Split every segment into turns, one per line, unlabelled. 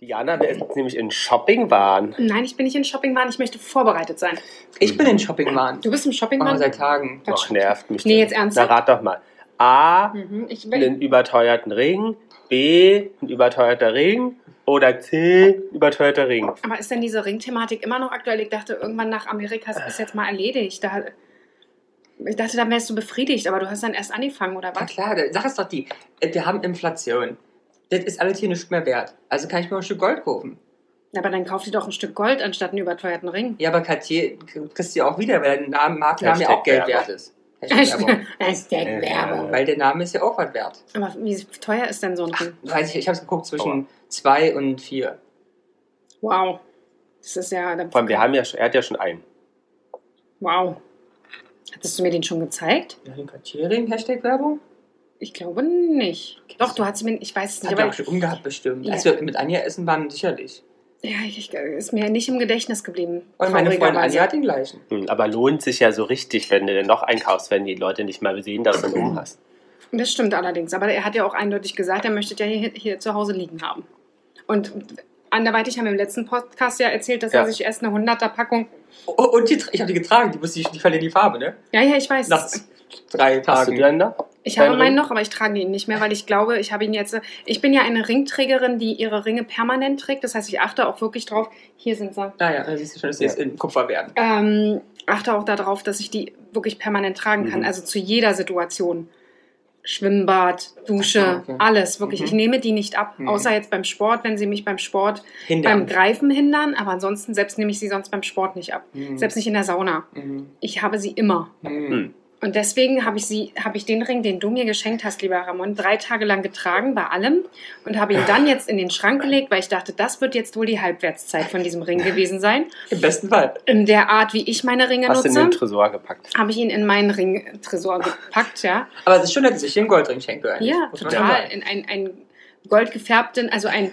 Diana, wir sind nämlich in Shoppingwahn.
Nein, ich bin nicht in Shoppingwahn, ich möchte vorbereitet sein.
Ich bin in Shoppingwahn.
Du bist im
Machen wir
Shoppingwahn?
Ah, seit Tagen.
Das
Doch,
stimmt.
nervt mich.
Nee,
das.
jetzt ernsthaft?
Na, rat doch mal. A,
Mhm, ich will,
einen überteuerten Ring. B, ein überteuerter Ring. Oder C, ein überteuerter Ring.
aber ist denn diese Ringthematik immer noch aktuell? Ich dachte, irgendwann nach Amerika ist das jetzt mal erledigt. Da, ich dachte, dann wärst du befriedigt, aber du hast dann erst angefangen, oder
Na
was?
klar, da- Sache ist doch die, äh, wir haben Inflation. Das ist alles hier nicht mehr wert. Also kann ich mir auch ein Stück Gold kaufen.
Aber dann kauf dir doch ein Stück Gold anstatt einen überteuerten Ring.
Ja, aber Cartier k- kriegst du ja auch wieder, weil der Name Markenname ja
Hashtag
auch Geld
Werbung.
wert ist. Hashtag Werbung.
Das ist
Ja.
der Werbung.
Weil der Name ist ja auch was wert.
Aber wie teuer ist denn so ein Ring?
Weiß ich, ich habe es geguckt zwischen 2 und 4.
Wow. Das ist ja.
Vor allem, wir haben ja, schon- er hat ja schon einen.
Wow. Hattest du mir den schon gezeigt?
Den Cartier-Ring, Hashtag Werbung?
Ich glaube nicht. Doch, du hast mir. Ich weiß es
Das
nicht,
hat er
aber.
auch schon umgehabt bestimmt.
Ja.
Als wir mit Anja essen waren, sicherlich.
Ja, ich, ich, ist mir nicht im Gedächtnis geblieben.
Und meine Freundin
traurigerweise.
Anja hat den gleichen.
Hm, Aber lohnt sich ja so richtig, wenn du denn noch einkaufst, wenn die Leute nicht mal sehen, dass du einen Ring hast.
Das stimmt allerdings. Aber er hat ja auch eindeutig gesagt, er möchte ja hier, hier zu Hause liegen haben. Und anderweitig haben wir im letzten Podcast ja erzählt, dass
Ja.
er sich erst eine 100er-Packung.
Oh, oh, und die, tra- ich habe die getragen, die, musste ich, die verlieren die Farbe, ne?
Ja, ja, ich weiß.
Nach z- drei
Hast du
Tagen.
die denn da?
Ich
Dein
habe meinen
Ring?
noch, aber ich trage ihn nicht mehr, weil ich glaube, ich habe ihn jetzt. Ich bin ja eine Ringträgerin, die ihre Ringe permanent trägt. Das heißt, ich achte auch wirklich drauf. Hier sind sie.
Naja, da siehst du schon, dass sie
Ja.
jetzt in Kupfer werden.
Ähm, achte auch darauf, dass ich die wirklich permanent tragen kann.
Mhm.
Also zu jeder Situation. Schwimmbad, Dusche,
Ah,
Ach so, okay.
alles. Wirklich.
Mhm.
Ich nehme die nicht ab.
Mhm.
Außer jetzt beim Sport, wenn sie mich beim Sport beim
Hindern.
Greifen hindern. Aber ansonsten, selbst nehme ich sie sonst beim Sport nicht ab.
Mhm.
Selbst nicht in der Sauna.
Mhm.
Ich habe sie immer.
Mhm.
Hm.
Und deswegen habe ich sie, habe ich den Ring, den du mir geschenkt hast, lieber Ramon, drei Tage lang getragen bei allem und habe ihn dann jetzt in den Schrank gelegt, weil ich dachte, das wird jetzt wohl die Halbwertszeit von diesem Ring gewesen sein.
Im besten Fall.
In der Art, wie ich meine Ringe
Hast du in
nutze,
den Tresor gepackt.
habe ich ihn in meinen Ringtresor gepackt, ja.
Aber es ist schon, dass ich den Goldring schenke. eigentlich.
Ja,
Muss man
total.
sagen.
In ein, ein goldgefärbten, also ein,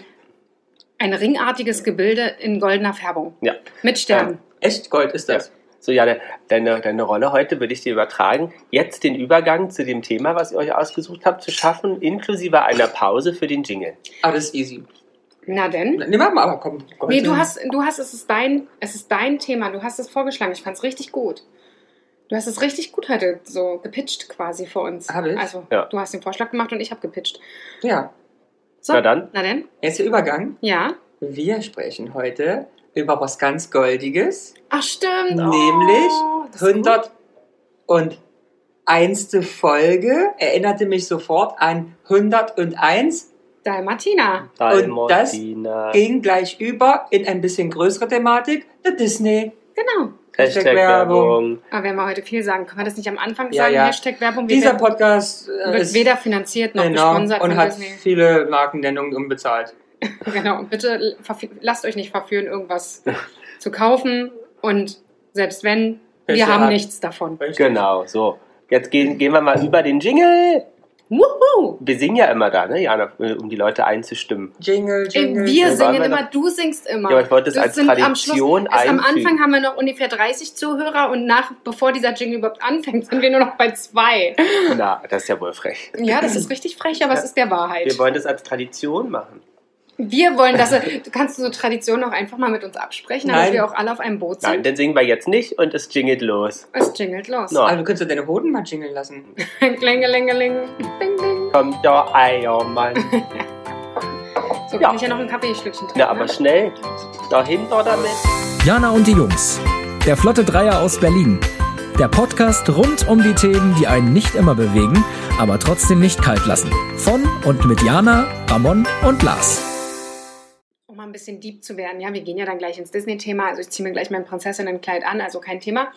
ein ringartiges Gebilde in goldener Färbung.
Ja.
Mit Sternen.
Echt Gold ist das.
So, ja, de- deine, deine Rolle heute würde ich dir übertragen, jetzt den Übergang zu dem Thema, was ihr euch ausgesucht habt, zu schaffen, inklusive einer Pause für den Jingle.
Aber das ist easy.
Na denn?
Ne, machen wir aber, komm.
Nee,
Goldring.
du hast, du hast, es ist dein, es ist dein Thema. Du hast es vorgeschlagen. Ich fand es richtig gut. Du hast es richtig gut heute so gepitcht quasi vor uns.
Hab ich?
Also,
Ja.
du hast den Vorschlag gemacht und ich habe gepitcht.
Ja,
So,
Na dann.
Na denn?
jetzt der Übergang.
Ja.
Wir sprechen heute über was ganz Goldiges.
Ach, stimmt.
Nämlich
oh, das ist gut.
100 und einste Folge erinnerte mich sofort an 101,
Dalmatina.
das
Dalmatina.
ging gleich über in ein bisschen größere Thematik, der Disney.
Genau.
Hashtag
Hashtag
Werbung.
Aber wenn wir heute viel sagen, können wir das nicht am Anfang
Ja,
sagen?
ja.
Hashtag Werbung. Wir
Dieser
werden-
Podcast äh,
wird
ist
weder finanziert noch
genau,
gesponsert
und
von
hat
Disney.
viele Markennennungen unbezahlt.
Genau, und bitte verf- lasst euch nicht verführen, irgendwas zu kaufen. Und selbst wenn, wir
Welche
haben
Art?
nichts davon.
Genau, so. Jetzt gehen, gehen wir mal über den Jingle.
Wuhu!
Wir singen ja immer da, ne, Jana, um die Leute einzustimmen.
Jingle,
Ey,
Jingle.
wir
Wo waren
singen
wir noch?
immer, du singst immer.
Ja, aber ich wollte es
Das
als
sind am
Tradition
Ist, am Anfang
einfügen.
haben wir noch ungefähr 30 Zuhörer und nach, bevor dieser Jingle überhaupt anfängt, sind wir nur noch bei zwei.
Na, das ist ja wohl frech.
Ja, das ist richtig frech, aber es ist der Wahrheit.
Wir wollen das als Tradition machen.
Wir wollen, dass er, du kannst so Tradition auch einfach mal mit uns absprechen, damit
Nein.
wir auch alle auf einem Boot
Nein,
sind.
dann singen wir jetzt nicht und es jingelt los.
Es jingelt los.
No.
Aber du Also, könntest ja deine Hoden mal jingeln lassen.
Klingelingeling. Ding, ding.
Kommt der Eiermann.
So
Ja.
kann ich ja noch ein Kaffeeschlückchen trinken. ne?
Na, aber schnell. Dahinter damit.
Jana und die Jungs. Der Flotte Dreier aus Berlin. Der Podcast rund um die Themen, die einen nicht immer bewegen, aber trotzdem nicht kalt lassen. Von und mit Jana, Ramon und Lars.
um mal ein bisschen deep zu werden, ja, wir gehen ja dann gleich ins Disney-Thema, also ich ziehe mir gleich mein Prinzessinnenkleid an, also kein Thema,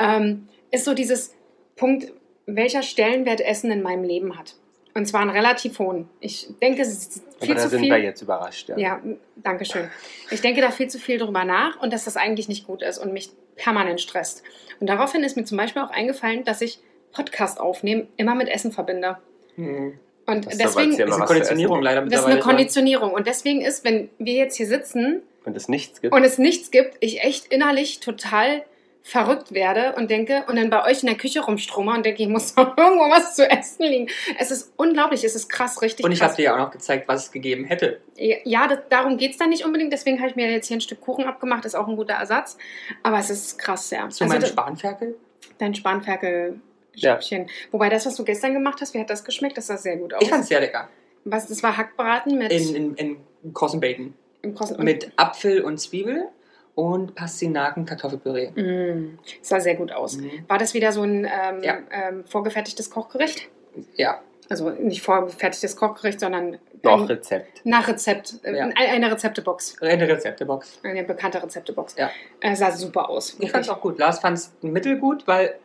ähm, ist so dieses Punkt, welcher Stellenwert Essen in meinem Leben hat. Und zwar einen relativ hohen. Ich denke, es ist viel
Aber da
zu
sind
viel.
wir jetzt überrascht. Ja.
Ja, danke schön. Ich denke da viel zu viel drüber nach und dass das eigentlich nicht gut ist und mich permanent stresst. Und daraufhin ist mir zum Beispiel auch eingefallen, dass ich Podcast aufnehmen immer mit Essen verbinde.
Hm.
Und
Das ist aber
deswegen
jetzt ja
Das
was
ist
zu
eine Konditionierung
essen.
leider
das ist eine
mittlerweile.
Konditionierung. Und deswegen ist, wenn wir jetzt hier sitzen
Und es nichts gibt.
und es nichts gibt, ich echt innerlich total verrückt werde und denke und dann bei euch in der Küche rumstrummer und denke, ich muss doch irgendwo was zu essen liegen. Es ist unglaublich, es ist krass, richtig
Und ich habe
krass.
dir ja auch noch gezeigt, was es gegeben hätte.
Ja, das, darum geht es dann nicht unbedingt, deswegen habe ich mir jetzt hier ein Stück Kuchen abgemacht, ist auch ein guter Ersatz. Aber es ist krass, ja. Also
Zu meinem
das-
Spanferkel.
Dein Spanferkel.
Ja.
Schäppchen. Wobei das, was du gestern gemacht hast, wie hat das geschmeckt? Das sah sehr gut aus.
Ich fand es sehr lecker.
was, das war Hackbraten mit
In, in, in krossen Bacon.
im Kosten-
Mit Apfel und Zwiebel und Pastinaken Kartoffelpüree.
Mm, sah sehr gut aus.
Mhm.
War das wieder so ein ähm,
Ja.
ähm, vorgefertigtes Kochgericht?
Ja,
Also nicht vorgefertigtes Kochgericht, sondern
Noch
ein,
Rezept.
nach Rezept. äh,
Ja.
ein- Eine Rezeptebox.
eine Rezeptebox.
Eine bekannte Rezeptebox.
Ja.
Äh, sah super aus.
Ich fand es auch gut. Lars fand es mittelgut, weil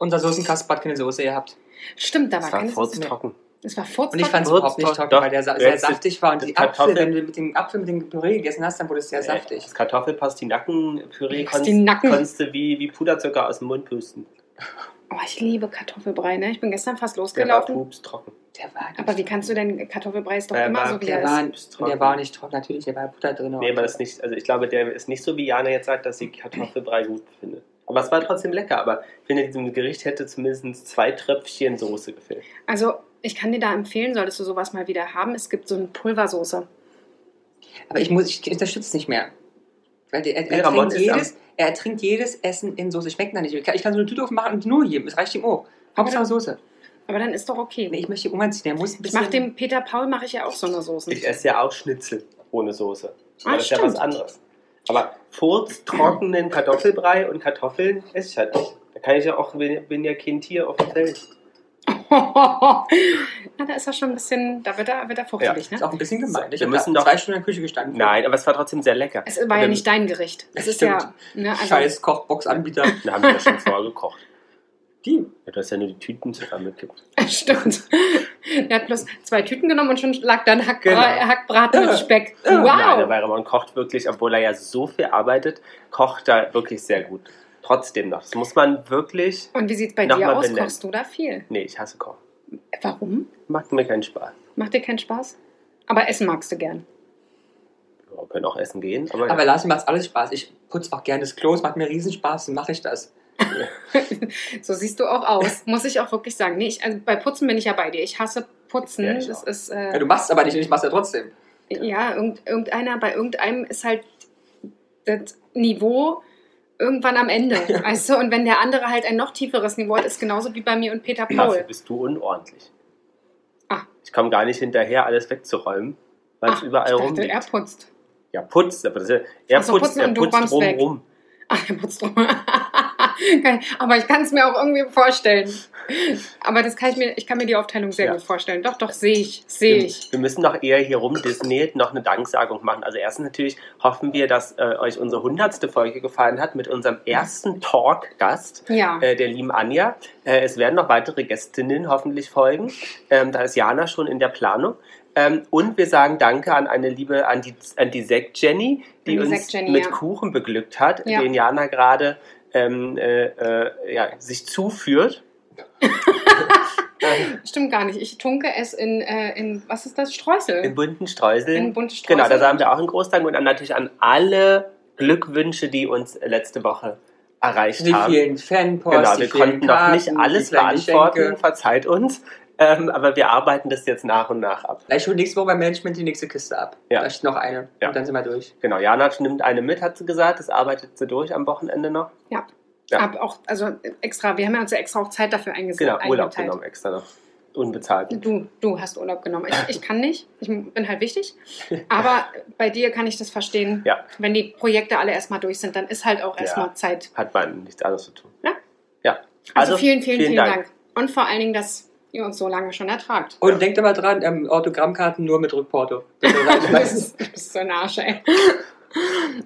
unser Soßenkasper hat keine Soße gehabt.
Stimmt, da war
Das war
keine
kurz
Soße.
trocken.
Es war Furz.
Und ich fand es
Kurz,
überhaupt nicht
doch,
trocken,
doch.
weil der sa
Ja,
sehr
das-
saftig war. Und
das
die Apfel,
Kartoffel-
wenn du mit dem Apfel mit dem Püree gegessen hast, dann wurde es sehr saftig.
Das Kartoffelpastinacken-Püree
Pastinacken.
konntest, konntest du wie, wie Puderzucker aus dem Mund pusten.
oh, ich liebe Kartoffelbrei, ne? Ich bin gestern fast
Der war
losgelaufen.
pups trocken.
Der war,
Aber wie kannst du denn Kartoffelbrei ist doch
Der
immer
war-
so wie
der
er
der
ist.
war,
Trocken.
der war nicht trocken, natürlich, der war Butter drin.
Nee, aber das ist nicht, also ich glaube, der ist nicht so, wie Jana jetzt sagt, dass sie Kartoffelbrei gut findet. Aber es war trotzdem lecker, aber ich finde, diesem Gericht hätte zumindest zwei Tröpfchen Soße gefehlt.
Also, ich kann dir da empfehlen, solltest du sowas mal wieder haben. Es gibt so eine Pulversoße.
Aber ich, muss, ich unterstütze es nicht mehr. Weil der, er,
Nee,
er,
Ramon
trinkt
ist am-
jedes, er trinkt jedes Essen in Soße. Schmeckt da nicht. Ich kann, ich kann so eine Tüte aufmachen und nur jedem. Es reicht ihm auch. Hauptsache Soße.
Aber dann ist doch okay.
Nee, ich möchte ihn umziehen. Der muss ein
ich
bisschen.
mache dem Peter Paul mache ich ja auch so eine Soße.
Ich esse ja auch Schnitzel ohne Soße. Aber
Ah,
das ist ja was
stimmt.
anderes. Aber furztrockenen Kartoffelbrei und Kartoffeln esse ich halt nicht. Da kann ich ja auch, bin, bin ja Kind hier auf dem Feld.
Na, Ah, da ist er schon ein bisschen, da wird er, wird er fuchtelig,
Ist
ne?
auch ein bisschen gemein. Ich
Wir
habe
müssen
da
doch-
zwei Stunden in der Küche gestanden.
Nein, aber es war trotzdem sehr lecker.
Es war ja nicht dein Gericht. Es ist ja, ne, also,
Scheiß Kochbox-Anbieter.
Da haben wir ja schon vorgekocht.
Die.
Ja, du hast ja nur die Tüten sogar mitgebracht.
Stimmt. Er hat bloß zwei Tüten genommen und schon lag dann Hack, äh,
Genau.
Hackbraten
Irre.
mit Speck.
Irre.
Nein,
Wow.
aber Ramon kocht wirklich, obwohl er ja so viel arbeitet, kocht er wirklich sehr gut. Trotzdem noch. Das muss man wirklich.
Und wie sieht's bei
Nochmal
dir aus?
benennen.
Kochst du da viel?
Nee, ich hasse Kochen.
Warum?
Macht mir keinen Spaß.
Macht dir keinen Spaß? Aber Essen magst du gern.
Wir können auch essen gehen, aber,
Aber Lars, mir macht alles Spaß. Ich putze auch gerne das Klo. Es macht mir riesen Spaß. Dann mache ich das.
So siehst du auch aus, muss ich auch wirklich sagen. Nee, ich, also bei Putzen bin ich ja bei dir. Ich hasse Putzen.
Ja, ich
das
auch.
ist,
Ja,
äh,
du machst es aber nicht und ich mach's ja trotzdem.
ja, irgend, irgendeiner, bei irgendeinem ist halt das Niveau irgendwann am Ende. Weißt du? Und wenn der andere halt ein noch tieferes Niveau hat, ist genauso wie bei mir und Peter
dafür
Paul.
bist du unordentlich.
Ah.
Ich komme gar nicht hinterher, alles wegzuräumen, weil es
Ach,
überall
ich dachte,
rumliegt.
er putzt.
Ja, putzt, aber das ist ja, er
Ach so,
putzt,
putzen
er
und du
putzt
räumst
rum
weg.
rum.
Ah, er putzt rum. Geil. Aber ich kann es mir auch irgendwie vorstellen. Aber das kann ich mir, ich kann mir die Aufteilung sehr
Ja.
gut vorstellen. Doch, doch, sehe ich, sehe
Wir,
ich.
wir müssen doch eher hier rum Disney noch eine Danksagung machen. Also erstens natürlich hoffen wir, dass äh, euch unsere hundertste Folge gefallen hat mit unserem ersten Talk-Gast.
Ja.
äh, der lieben Anja. Äh, es werden noch weitere Gästinnen hoffentlich folgen. Ähm, da ist Jana schon in der Planung. Ähm, und wir sagen Danke an eine liebe, an die, an die Sekt Jenny, die,
An
uns
die Sekt Jenny,
mit
ja.
Kuchen beglückt hat,
Ja.
den Jana gerade ähm, äh, äh, ja, sich zuführt.
Stimmt gar nicht. Ich tunke es in, äh, in was ist das? Streusel.
In bunten Streuseln.
In bunte Streusel.
genau, da sagen wir auch einen Großdank und an, natürlich an alle Glückwünsche, die uns letzte Woche erreicht
Die
haben.
vielen Fanposts,
Genau,
die
wir
vielen
konnten noch nicht
Karten,
alles
die kleinen
beantworten,
Geschenke.
verzeiht uns. Ähm, aber wir arbeiten das jetzt nach und nach ab.
Vielleicht schon nächste Woche beim Management die nächste Kiste ab.
Ja.
Vielleicht noch eine.
Ja.
Und dann sind wir durch.
Genau, Jana nimmt eine mit, hat sie gesagt. Das arbeitet sie durch am Wochenende noch. ja.
Hab auch, also extra, wir haben ja uns ja extra auch Zeit dafür eingesetzt.
Genau, Urlaub genommen extra noch. Unbezahlt.
Du, du hast Urlaub genommen. Ich, ich kann nicht. Ich bin halt wichtig. Aber bei dir kann ich das verstehen.
Ja.
Wenn die Projekte alle erstmal durch sind, dann ist halt auch
Ja.
erstmal Zeit.
Hat man nichts anderes zu tun.
Ja.
Ja.
Also, vielen, vielen, vielen, Dank. Und vor allen Dingen, dass ihr uns so lange schon ertragt.
Und denkt immer dran, ähm, Autogrammkarten nur mit Rückporto. Das soll sein, ich
Das
weiß.
ist, das ist so ein Arsch, ey.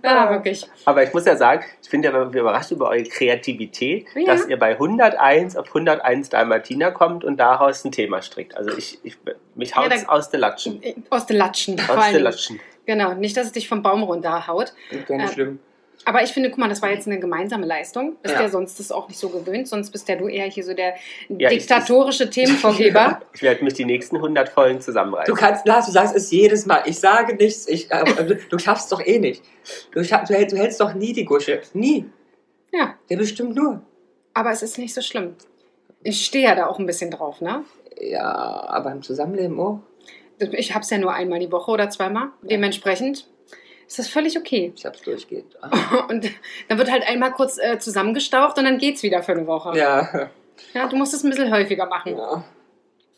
Ah.
ja, wirklich.
Aber ich muss ja sagen, ich bin ja überrascht über eure Kreativität,
Ja.
dass ihr bei 101 auf 101 Dalmatiner kommt und daraus ein Thema strickt. Also ich, ich mich
Ja,
haut's
da-
aus der Latschen.
Aus den Latschen. vor
Aus
allen
der
Dingen.
Latschen.
Genau, nicht, dass es dich vom Baum runterhaut.
Gar nicht
Äh,
schlimm.
Aber ich finde, guck mal, das war jetzt eine gemeinsame Leistung. Bist ja,
Ja.
sonst das auch nicht so gewöhnt, sonst bist ja du eher hier so der
Ja, ich-
diktatorische Themenvorgeber.
Ich werde mich die nächsten 100 Folgen
Du
zusammenreißen.
kannst, Lars, du sagst es jedes Mal. Ich also, sage nichts. Ich, äh, du schaffst doch eh nicht. Du, schaff, du, hält, du hältst doch nie die Gusche. Nie.
Ja,
Der bestimmt nur.
aber es ist nicht so schlimm. Ich stehe ja da auch ein bisschen drauf, ne?
Ja, aber im Zusammenleben oh, auch.
Ich hab's ja nur einmal die Woche oder zweimal. Dementsprechend ist das völlig okay.
Ich hab's durchgehend. Ah,
Und dann wird halt einmal kurz äh, zusammengestaucht und dann geht's wieder für eine Woche.
ja.
Ja, du musst es ein bisschen häufiger machen.
ja.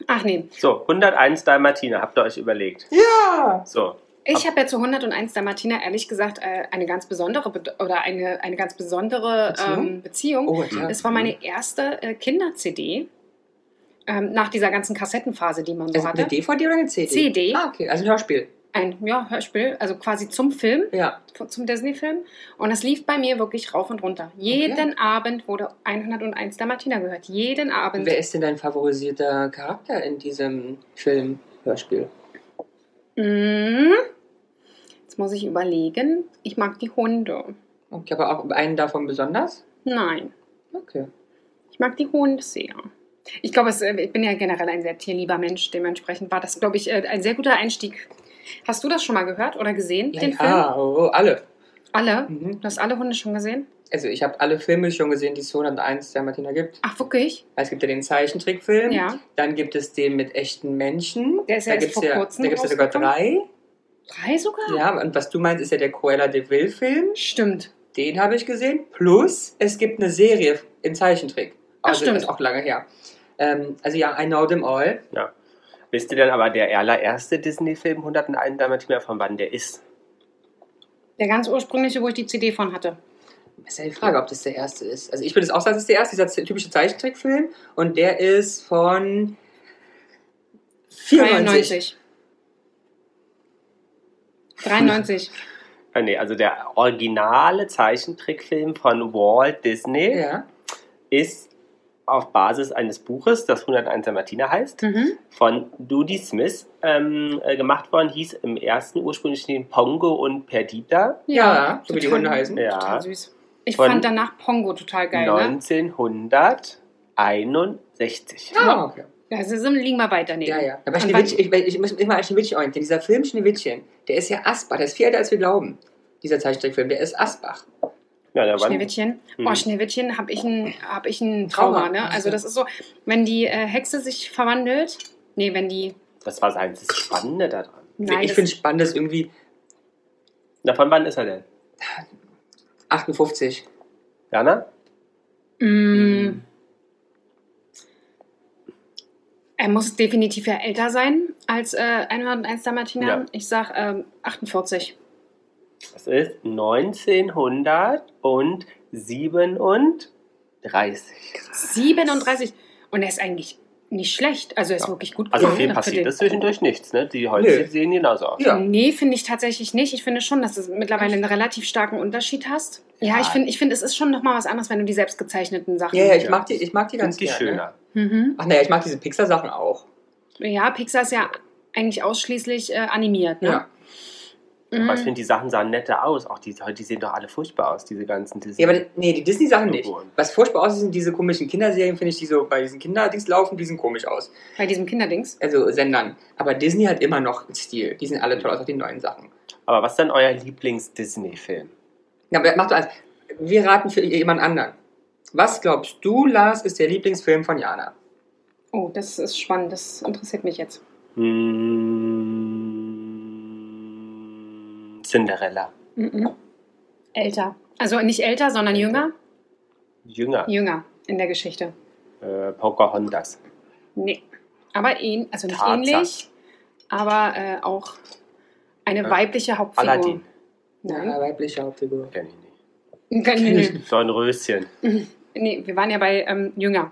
Ach nee,
So, 101 Dalmatiner, habt ihr euch überlegt.
Ja!
So,
Ich habe ja zu 101 der Martina ehrlich gesagt äh, eine ganz besondere Bed- oder eine, eine ganz besondere
Beziehung?
Ähm, Beziehung.
Oh, ja.
Es war meine erste äh, Kinder-CD ähm, nach dieser ganzen Kassettenphase, die man so
Also eine
hatte.
DVD oder eine CD?
CD.
Ah, okay. Also ein Hörspiel.
Ein ja, Hörspiel, also quasi zum Film,
Ja.
zum Disney-Film. Und das lief bei mir wirklich rauf und runter. Jeden Abend wurde 101 der Martina gehört. Jeden Abend.
Wer ist denn dein favorisierter Charakter in diesem Film, Hörspiel?
Mm. Jetzt muss ich überlegen. Ich mag die Hunde.
Okay, aber auch einen davon besonders?
Nein.
Okay.
Ich mag die Hunde sehr. Ich glaube, es, äh, ich bin ja generell ein sehr tierlieber Mensch. Dementsprechend war das, glaube ich, äh, ein sehr guter Einstieg. Hast du das schon mal gehört oder gesehen,
Ja,
den
ja,
Film?
Oh, oh, alle.
Alle?
Mhm.
Du hast alle Hunde schon gesehen?
Also ich habe alle Filme schon gesehen, die es 101 der Martina gibt.
Ach, wirklich?
Es gibt ja den Zeichentrickfilm,
Ja.
dann gibt es den mit echten Menschen.
Der ist ja
da
erst
gibt's
vor
ja,
kurzem
Da gibt es ja sogar drei.
Drei sogar?
Ja, und was du meinst, ist ja der Cruella de Vil-Film.
Stimmt.
Den habe ich gesehen. Plus, es gibt eine Serie im Zeichentrick.
Ach,
Also
stimmt.
ist auch lange her. Ähm, also ja, I know them all.
wisst ihr denn aber, der allererste Disney-Film 101 Dalmatiner, von wann der ist?
Der ganz ursprüngliche, wo ich die CD von hatte.
Das ist ja die Frage, ob das der erste ist. Also ich würde es auch sagen, das ist der erste, dieser ze- typische Zeichentrickfilm. Und der ist von 94.
93. 93.
Äh, nee, also der originale Zeichentrickfilm von Walt Disney
Ja.
ist auf Basis eines Buches, das 101 Dalmatiner heißt,
Mhm.
von Judy Smith ähm, äh, gemacht worden. Hieß im ersten ursprünglichen Pongo und Perdita
Ja, so wie die
total-
Hunde heißen.
Ja.
Total süß. Ich
Von-
fand danach Pongo total geil. Ne? Oh,
1961.
Ah, okay.
Also so liegen wir weiter neben.
Ja, ja. Aber
Und
Schneewittchen, ich, ich muss immer an Schneewittchen orientieren. Dieser Film Schneewittchen, der ist ja Asbach. Der ist viel älter, als wir glauben. Dieser Zeichentrickfilm, der ist Asbach.
Ja, da waren-
Schneewittchen.
Mhm.
Oh, Schneewittchen habe ich ein, hab ich ein Trauma,
Trauma.
ne? Also das ist so, wenn die äh, Hexe sich verwandelt, nee, wenn die,
Das war sein das Spannende daran.
nein,
ich
das-
finde spannend, dass irgendwie
Na, von wann ist er denn?
58.
Jana?
Mhm.
Mm. er muss definitiv ja älter sein als äh, 101 der Martina.
Ja.
Ich sag ähm, 48.
Das ist 1937.
37. Und er ist eigentlich nicht schlecht. Also er ist
Ja.
wirklich gut
Also
gemacht
viel
für
passiert
den.
ist zwischendurch nichts, ne? Die Häuschen
Nö.
sehen genauso aus.
Ja.
Nee, finde ich tatsächlich nicht. Ich finde schon, dass du mittlerweile einen relativ starken Unterschied hast. Ja,
Ja.
ich finde, ich finde, es ist schon nochmal was anderes, wenn du die selbstgezeichneten Sachen.
Ja, ja, ich
Ja.
mag die, ich mag die ganz
Sind die
gerne. ne?
schöner.
Mhm.
Ach naja, ich mag diese Pixar-Sachen auch.
ja, Pixar ist ja eigentlich ausschließlich äh, animiert, ne?
Ja.
Mhm.
Aber ich finde, die Sachen sahen netter aus. Auch die, die sehen doch alle furchtbar aus, diese ganzen Disney.
ja, aber nee, die Disney-Sachen nicht.
Figuren.
Was furchtbar aussieht, sind diese komischen Kinderserien, finde ich, die so bei diesen Kinderdings laufen, die sehen komisch aus.
Bei diesem Kinderdings.
Also Sendern. Aber Disney hat immer noch einen Stil. Die sind alle toll aus, auch die neuen Sachen.
Aber was ist denn euer Lieblings-Disney-Film?
Na, aber mach doch eins. Wir raten für jemand anderen. Was glaubst du, Lars, ist der Lieblingsfilm von Jana?
Oh, das ist spannend. Das interessiert mich jetzt.
Hm, Cinderella.
Mhm. Älter. Also nicht älter, sondern
Älter.
jünger.
Jünger.
Jünger in der Geschichte.
Äh, Pocahontas.
Nee. Aber ähn, also nicht
Tarzan.
ähnlich, aber äh, auch eine
Äh,
weibliche Hauptfigur.
Aladdin.
Nein. Äh,
Ja, weibliche Hauptfigur.
Kenn ich nicht.
Nein, nein,
Dornröschen.
nein. Nee, wir waren ja bei ähm, Jünger.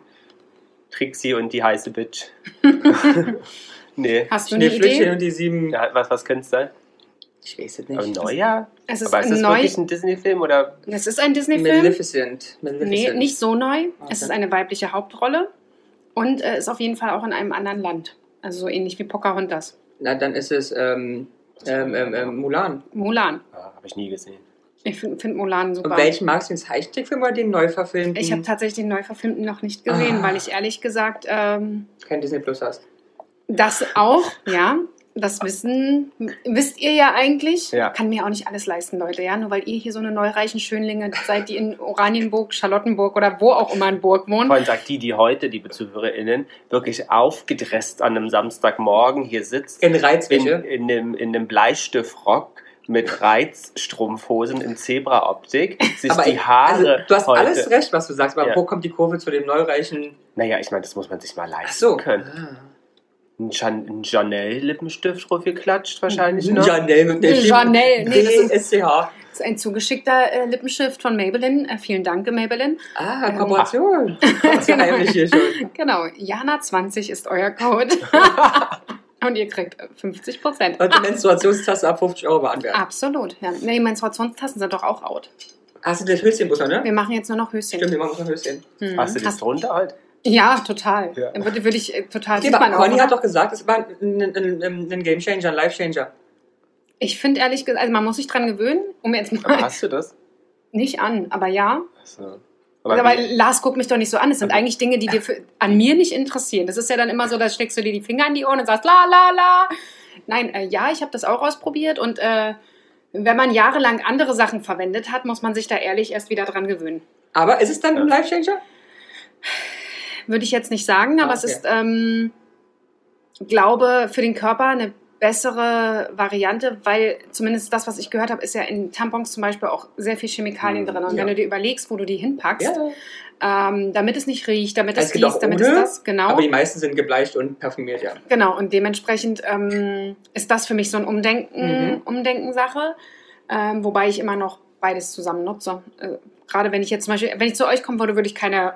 Trixie und die heiße Bitch.
Ah.
nee.
Hast du eine
Schneeflöckchen
Idee?
und die sieben. Oh,
Ja, was was könnte es sein?
Ich weiß es
Aber
nicht.
neuer?
Es ist
Aber ist das
ein neu.
wirklich ein Disney-Film oder?
Das ist ein Disney-Film.
Maleficent. Maleficent.
Nee, nicht so neu.
Okay.
Es ist eine weibliche Hauptrolle und äh, ist auf jeden Fall auch in einem anderen Land. Also so ähnlich wie Pocahontas.
Na, dann ist es ähm, ähm, ähm, ähm, Mulan.
Mulan.
Ah, Habe ich nie gesehen.
Ich finde find Mulan super.
Und welchen magst du, den Zeichentrickfilm oder den neu verfilmten?
Ich habe tatsächlich den Neuverfilmten noch nicht gesehen,
Ah.
weil ich ehrlich gesagt ähm,
kein Disney Plus hast.
das auch, ja. das wissen, wisst ihr ja eigentlich.
Ja.
Kann mir auch nicht alles leisten, Leute, ja. Nur weil ihr hier so eine neureichen Schönlinge seid, die in Oranienburg, Charlottenburg oder wo auch immer in Burg wohnen.
Vorhin sagt die, die heute, liebe ZuhörerInnen, wirklich aufgedresst an einem Samstagmorgen hier sitzt,
In
in,
Reizwäsche.
in, dem, in dem Bleistiftrock mit Reizstrumpfhosen in Zebra-Optik, sich
Aber
die
ich-
Haare
also, du hast
heute...
alles recht, was du sagst, aber
Ja.
wo kommt die Kurve zu dem neureichen?
Naja, ich meine, das muss man sich mal leisten
Ach so. Ah.
können. Ein, Chan ein Janelle-Lippenstift draufgeklatscht wahrscheinlich noch.
Janelle mit der
Janelle, nee.
nee. Das ist SCH. Ah,
Das ist ein zugeschickter äh, Lippenstift von Maybelline. Äh, vielen Dank, Maybelline.
Ah, Kooperation. Das ist heimlich hier schon.
Genau, Jana20 ist euer Code. Und ihr kriegt äh, 50 Prozent.
Und die Menstruationstasse ab 50 Euro beanwerben.
Absolut. Ja. Nee, Menstruationstassen sind doch auch out. Ah.
Hast du das Höschen, muss man, ne?
Wir machen jetzt nur noch Höschen.
Stimmt, wir machen ein Höschen.
Hm.
Hast du das drunter halt?
Ja, total.
Ja.
Würde, würde ich äh, total.
Okay,
sieht
aber
man auch,
Conny
oder?
hat doch gesagt, es war ein, ein, ein, ein Game Changer, ein Life Changer.
ich finde ehrlich gesagt, also man muss sich dran gewöhnen, um jetzt
Aber
mal
hast du das?
nicht an, aber ja.
Ach so.
Aber,
Aber wie,
Lars, guck mich doch nicht so an. Das sind
Aber-
eigentlich Dinge, die dir für, an mir nicht interessieren. Das ist ja dann immer so, da steckst du dir die Finger an die Ohren und sagst la la la. Nein, äh, ja, ich habe das auch ausprobiert und äh, wenn man jahrelang andere Sachen verwendet hat, muss man sich da ehrlich erst wieder dran gewöhnen.
Aber ist es dann ein
Ja.
Life Changer?
Würde ich jetzt nicht sagen, aber
Ah,
es
okay.
ist, ähm, glaube, für den Körper eine bessere Variante, weil zumindest das, was ich gehört habe, ist ja in Tampons zum Beispiel auch sehr viel Chemikalien
Mhm.
drin. Und
Hm, Ja.
wenn du dir überlegst, wo du die hinpackst,
Ja.
ähm, damit es nicht riecht, damit es
Also es gibt
dies,
auch
damit es
ohne,
das, genau.
Aber die meisten sind gebleicht und parfümiert, ja.
Genau, und dementsprechend ähm, ist das für mich so ein Umdenken,
Mhm.
Umdenken-Sache, ähm, wobei ich immer noch beides zusammen nutze. Äh, gerade wenn ich jetzt zum Beispiel, wenn ich zu euch kommen würde, würde ich keine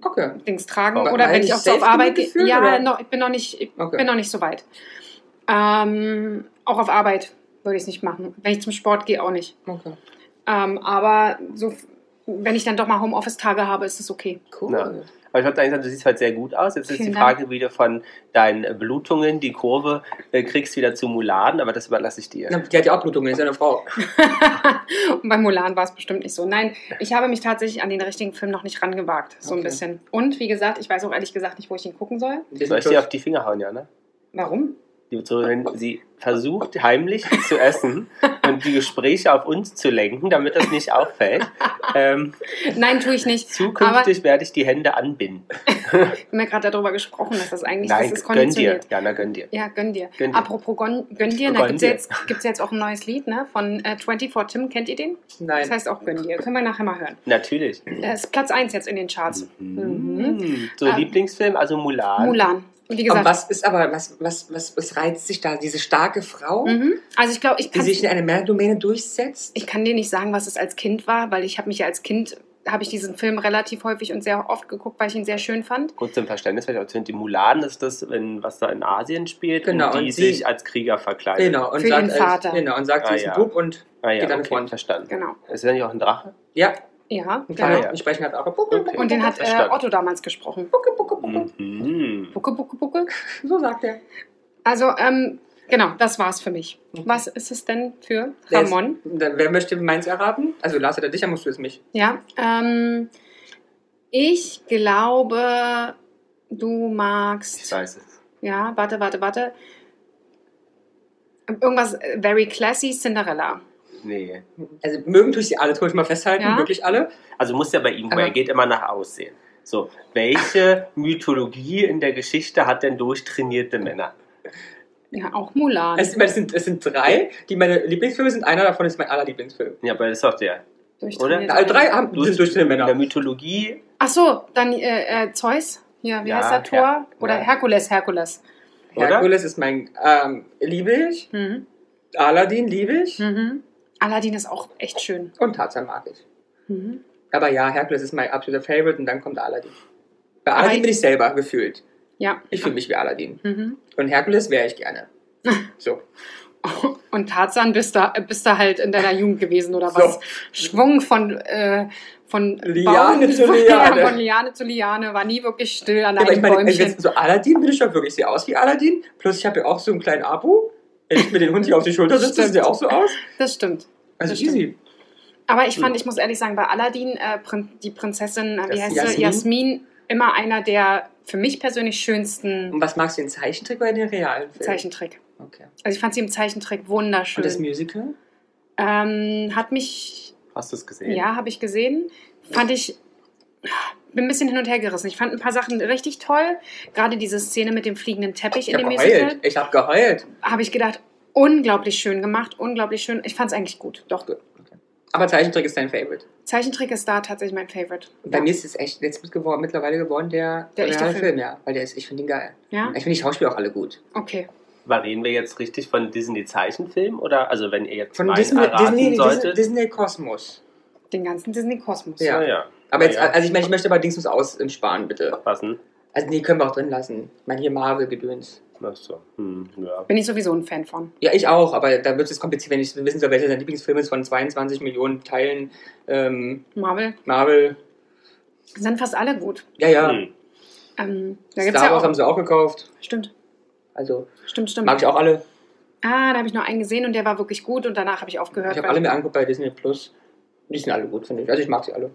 Okay.
Dings tragen
Aber
oder wenn
meinst
ich
du
auch so auf
Safety
Arbeit gehe.
mitgeführt,
Ja,
oder?
noch, ich bin noch nicht, ich
Okay.
bin noch nicht so weit. Ähm, auch auf Arbeit würde ich es nicht machen. Wenn ich zum Sport gehe, auch nicht.
okay.
Ähm, aber so, wenn ich dann doch mal Homeoffice-Tage habe, ist es okay.
Cool.
Na. aber ich wollte eigentlich sagen, du siehst halt sehr gut aus. Jetzt ist
Vielen
die Frage, wie du von deinen Blutungen die Kurve äh, kriegst wieder zu Muladen, aber das überlasse ich dir.
Na, Die hat ja auch Blutungen, ist ja eine Frau.
Und bei Mulan war es bestimmt nicht so. Nein, ich habe mich tatsächlich an den richtigen Film noch nicht rangewagt. So ein
Okay.
bisschen. Und wie gesagt, ich weiß auch ehrlich gesagt nicht, wo ich ihn gucken soll.
Die
Soll
sind
ich dir
schon-
auf die Finger hauen, Jana?
Warum?
Liebe Zuhörerin, sie versucht heimlich zu essen und die Gespräche auf uns zu lenken, damit das nicht auffällt. Ähm,
Nein, tue ich nicht.
zukünftig werde ich die Hände anbinden.
Wir haben ja gerade darüber gesprochen, dass das eigentlich
Nein,
das ist
gönn dir.
konditioniert.
Jana, gönn dir.
Ja, gönn dir.
Gönn dir.
Apropos gönn, gönn dir,
Gönn
da gibt es
dir.
jetzt, gibt's jetzt auch ein neues Lied ne? von äh, 24 Tim. Kennt ihr den? Das
Nein.
heißt auch Gönn dir. Können wir nachher mal hören.
Natürlich.
Äh, ist Platz 1 jetzt in den Charts. Mhm.
Mhm. So,
Ähm,
Lieblingsfilm, also Mulan.
Mulan. Und wie
Aber
gesagt,
was ist aber, was, was, was, was reizt sich da? Diese starke Frau,
mhm. also ich glaube, ich
die
kann
sich in einer Männerdomäne durchsetzt?
Ich kann dir nicht sagen, was es als Kind war, weil ich habe mich ja als Kind, habe ich diesen Film relativ häufig und sehr oft geguckt, weil ich ihn sehr schön fand.
Kurz zum Verständnis, vielleicht auch zu- die Mulan ist das, in, was da in Asien spielt,
Genau,
und die
und sie-
sich als Krieger verkleidet.
Genau. Und
Für
sagt,
ihren
äh,
Vater.
Genau, und sagt,
Ah,
sie ist ein
ja.
Bub und
Ah
Geht
ja,
an die
okay,
Front.
verstanden.
Genau.
Ist das nicht auch ein Drache?
ja,
Ja,
ein
genau.
kleiner,
Ah, ja.
ich spreche gerade auch.
Okay.
Und den hat äh,
Verstanden.
Otto damals gesprochen.
Bucke, bucke, bucke.
Mhm.
Bucke, bucke, bucke.
So sagt er.
Also, ähm, genau, das war's für mich. Was ist es denn für
Wer ist-
Ramon?
Dann, wer möchte meins erraten? Also Lars oder dich, dann musst du es mich.
Ja, ähm, ich glaube, du magst.
Ich weiß es.
Ja, warte, warte, warte. Irgendwas äh, very classy Cinderella.
Nee.
Also mögen tue ich sie alle, das muss ich mal festhalten,
Ja?
wirklich alle.
Also muss ja bei ihm,
Aber-
weil er geht immer nach Aussehen. So, welche Mythologie in der Geschichte hat denn durchtrainierte Männer?
Ja, auch Mulan.
Es, es, sind, es sind drei, die meine Lieblingsfilme sind. Einer davon ist mein aller Lieblingsfilm.
Ja, bei der Software.
Durchtrainiert.
Alle drei haben, sind durch den
In der
Männer.
Mythologie,
Ach so, dann äh, äh, Zeus. Ja, wie
Ja,
heißt der Tor?
ja,
Oder
ja.
Herkules, Herkules.
oder?
Herkules ist mein, ähm, liebe ich.
Mhm.
Aladdin liebe ich.
Mhm. Aladdin ist auch echt schön.
Und Tarzan mag ich.
Mhm.
Aber ja, Herkules ist mein absoluter Favorite und dann kommt Aladdin. Bei
Aber
Aladdin
ich-
bin ich selber gefühlt.
Ja.
Ich fühle mich wie Aladdin.
Mhm.
Und Herkules wäre ich gerne. So.
Und Tarzan bist du, äh, bist du halt in deiner Jugend gewesen oder
So.
was? Schwung von, äh, von
Liane
Baum-
zu Liane.
Ja, von Liane zu Liane. War nie wirklich still an
Ja, aber ich
einem
meine, also
Bäumchen.
jetzt, so Aladdin bin ich doch wirklich, ich sehe aus wie Aladdin. Plus ich habe ja auch so einen kleinen Abu. Wenn ich mir den Hund hier auf die Schulter sitze, sieht
Stimmt.
er auch so aus.
Das stimmt.
Also
Das stimmt.
easy.
Aber ich fand,
Hm.
ich muss ehrlich sagen, bei Aladdin, äh, Prin die Prinzessin, äh, wie
Das-
heißt sie?
Jasmin?
Jasmin, immer einer der für mich persönlich schönsten
Und was magst du den Zeichentrick oder den realen Film?
Zeichentrick.
Okay.
Also ich fand sie im Zeichentrick wunderschön.
Und das Musical?
ähm, hat mich,
Hast du es gesehen?
ja, habe ich gesehen. Fand ich, bin ein bisschen hin und her gerissen. Ich fand ein paar Sachen richtig toll. Gerade diese Szene mit dem fliegenden Teppich in
Ich habe
dem Musical.
geheult. Ich habe geheult.
Habe ich gedacht, unglaublich schön gemacht, unglaublich schön. Ich fand es eigentlich gut, doch.
Aber Zeichentrick ist dein Favorite.
Zeichentrick ist da tatsächlich mein Favorite.
Bei mir ist es echt jetzt mit geworden, mittlerweile geworden der,
Der echte
originale
Film.
ja. Weil der ist, ich finde ihn geil.
Ja?
Ich finde die Schauspieler auch alle gut.
Okay.
War reden wir jetzt richtig von Disney-Zeichenfilm? Oder also wenn ihr jetzt
Von
meinen
Disney,
erraten
Disney, Disney,
solltet?
Disney Kosmos.
Den ganzen Disney-Kosmos.
Ja.
Ah, ja.
Aber jetzt,
Ah, ja.
also ich meine, ich möchte aber Dingsmus aussparen, bitte.
Passen.
Also nee, können wir auch drin lassen. Ich meine, hier Marvel-Gedöns.
Ach so. Hm, ja.
Bin ich sowieso ein Fan von.
Ja, ich auch, aber da wird es kompliziert, wenn ich wissen soll, welcher sein Lieblingsfilm ist von 22 Millionen Teilen. Ähm,
Marvel
Marvel,
sind fast alle gut.
ja, ja.
Hm.
Ähm, da gibt's
Star
ja
Wars
auch.
haben
Hm.
sie auch gekauft.
Stimmt,
Also
stimmt, stimmt.
mag ich auch alle.
Ah, da habe ich noch einen gesehen und der war wirklich gut und danach habe ich aufgehört.
Ich habe
weil-
alle mir angeguckt bei Disney Plus. Die sind alle gut, finde ich. Also ich mag sie alle.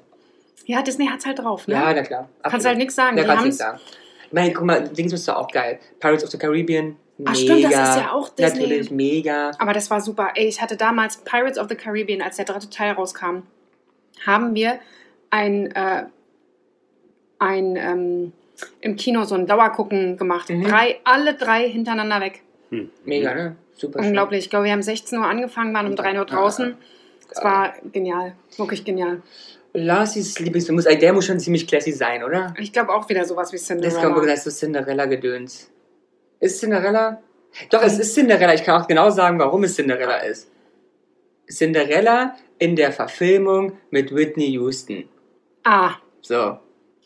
ja, Disney hat's halt drauf, ne?
Ja, na klar.
Kannst halt nichts sagen.
Da
die
kannst du nichts
haben's.
sagen. Ich meine, guck mal, Dings ist doch auch geil. Pirates of the Caribbean, mega.
Ach, stimmt, das ist ja auch Disney.
Natürlich, mega.
Aber das war super. Ey, ich hatte damals Pirates of the Caribbean, als der dritte Teil rauskam, haben wir ein, äh, ein ähm, im Kino so ein Dauergucken gemacht.
Mhm.
Drei, alle drei hintereinander weg.
Hm.
Mega, ne? Super schön.
Unglaublich. Ich glaube, wir haben 16 Uhr angefangen, waren um 3 Uhr draußen. Es
Geil.
war genial. Wirklich genial.
Larsis Lieblingsfilm, muss, der muss schon ziemlich classy sein, oder?
Ich glaube auch wieder sowas wie Cinderella.
Das kommt wirklich als so Cinderella-Gedöns. Ist Cinderella? Doch, es ist Cinderella. Ich kann auch genau sagen, warum es Cinderella ist. Cinderella in der Verfilmung mit Whitney Houston.
ah,
So.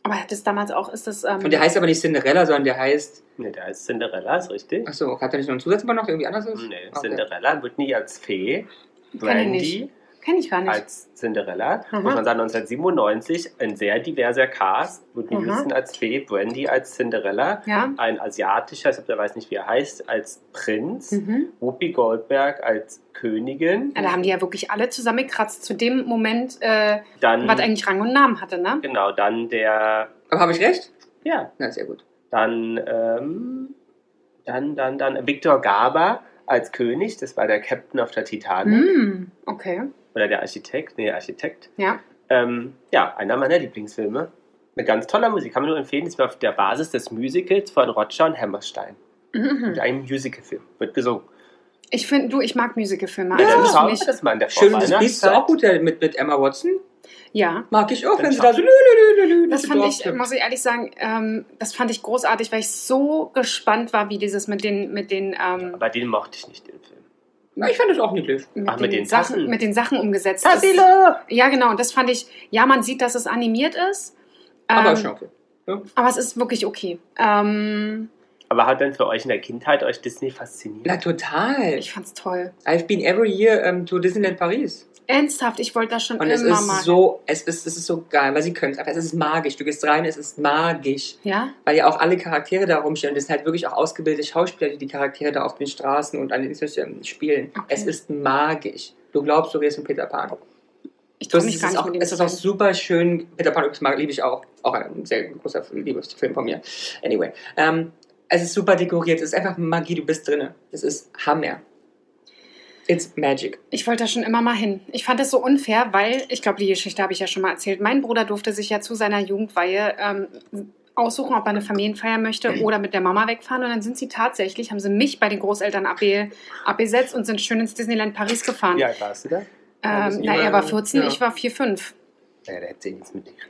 aber hat das damals auch, ist das... Ähm,
Und der heißt aber nicht Cinderella, sondern der heißt.
Nee, da ist Cinderella, ist richtig. Hm,
Achso, hat er nicht noch einen Zusatz noch irgendwie anders ist?
Nee,
Okay.
Cinderella wird nie als Fee.
nicht.
Brandy
Kenn ich gar nicht.
als Cinderella.
Aha.
Muss man sagen, 1997 ein sehr diverser Cast. Whitney
Aha.
Houston als Fee, Brandy als Cinderella.
ja?
Ein asiatischer, ich glaub, der weiß nicht, wie er heißt, als Prinz.
Mhm.
Whoopi Goldberg als Königin.
Ja, da haben die ja wirklich alle zusammengekratzt zu dem Moment, äh,
Dann,
Mhm.
was eigentlich Rang und Namen hatte, ne?
genau, dann der,
Aber habe ich recht?
ja,
Na, sehr gut.
dann, ähm, dann, dann, dann, Victor Garber als König, das war der Captain auf der Titanic.
Mm, okay,
Oder der Architekt, nee, Architekt.
ja.
Ähm, ja, einer meiner Lieblingsfilme. Mit ganz toller Musik. Kann man nur empfehlen. Ist auf der Basis des Musicals von Roger und Hammerstein. Mit
Mhm.
einem Musicalfilm. Wird gesungen.
Ich finde, du, ich mag Musicalfilme.
Ja, dann
Also
schauen
ja,
wir
nicht.
das mal in der
Schön, das Biest ist
Vorweihnachtszeit.
auch gut der- mit, mit Emma Watson.
ja.
Mag ich auch,
Dann
wenn sie
schau.
da so. lü, lü, lü, lü,
Das
durch
fand
die
ich,
Dorf-
muss ich ehrlich sagen, ähm, das fand ich großartig, weil ich so gespannt war, wie dieses mit den, mit den, ähm,
Aber den mochte ich nicht, den Film.
Na, ich fand das auch niedlich.
mit
Ach,
den,
mit den
Sachen,
Tassen.
mit den Sachen umgesetzt ist.
Tassilo!
Ja, genau. Und das fand ich, ja, man sieht, dass es animiert ist.
Aber
ähm,
schon okay.
aber es ist wirklich okay. Ähm,
Aber hat denn für euch in der Kindheit euch Disney fasziniert?
Na, total.
ich fand's toll.
I've been every year um, to Disneyland Paris.
Ernsthaft, ich wollte das schon
Und
immer
es ist
mal.
so, es ist, es ist so geil, weil sie können es, aber es ist magisch. Du gehst rein, es ist magisch.
ja?
Weil ja auch alle Charaktere da rumstehen. Und es sind halt wirklich auch ausgebildete Schauspieler, die die Charaktere da auf den Straßen und an den Instrumenten spielen.
Okay.
Es ist magisch. Du glaubst, du redest mit Peter Pan.
Ich trau
Das
mich
ist
gar nicht
auch,
mit dem
es ist auch
zu reden.
super schön. Peter Pan übrigens mag, liebe ich auch. Auch ein sehr großer Liebesfilm von mir. Anyway. Ähm, es ist super dekoriert. Es ist einfach Magie. Du bist drinne. Es ist Hammer. It's magic.
Ich wollte da schon immer mal hin. Ich fand das so unfair, weil, ich glaube, die Geschichte habe ich ja schon mal erzählt. Mein Bruder durfte sich ja zu seiner Jugendweihe ähm, aussuchen, ob er eine Familienfeier möchte oder mit der Mama wegfahren. Und dann sind sie tatsächlich, haben sie mich bei den Großeltern abge abgesetzt und sind schön ins Disneyland Paris gefahren.
Wie alt warst du da?
ähm,
bisschen
na, er
über-
war 14,
ja.
ich war 4, 5.
Naja, da hätte ich nichts mitgekriegt.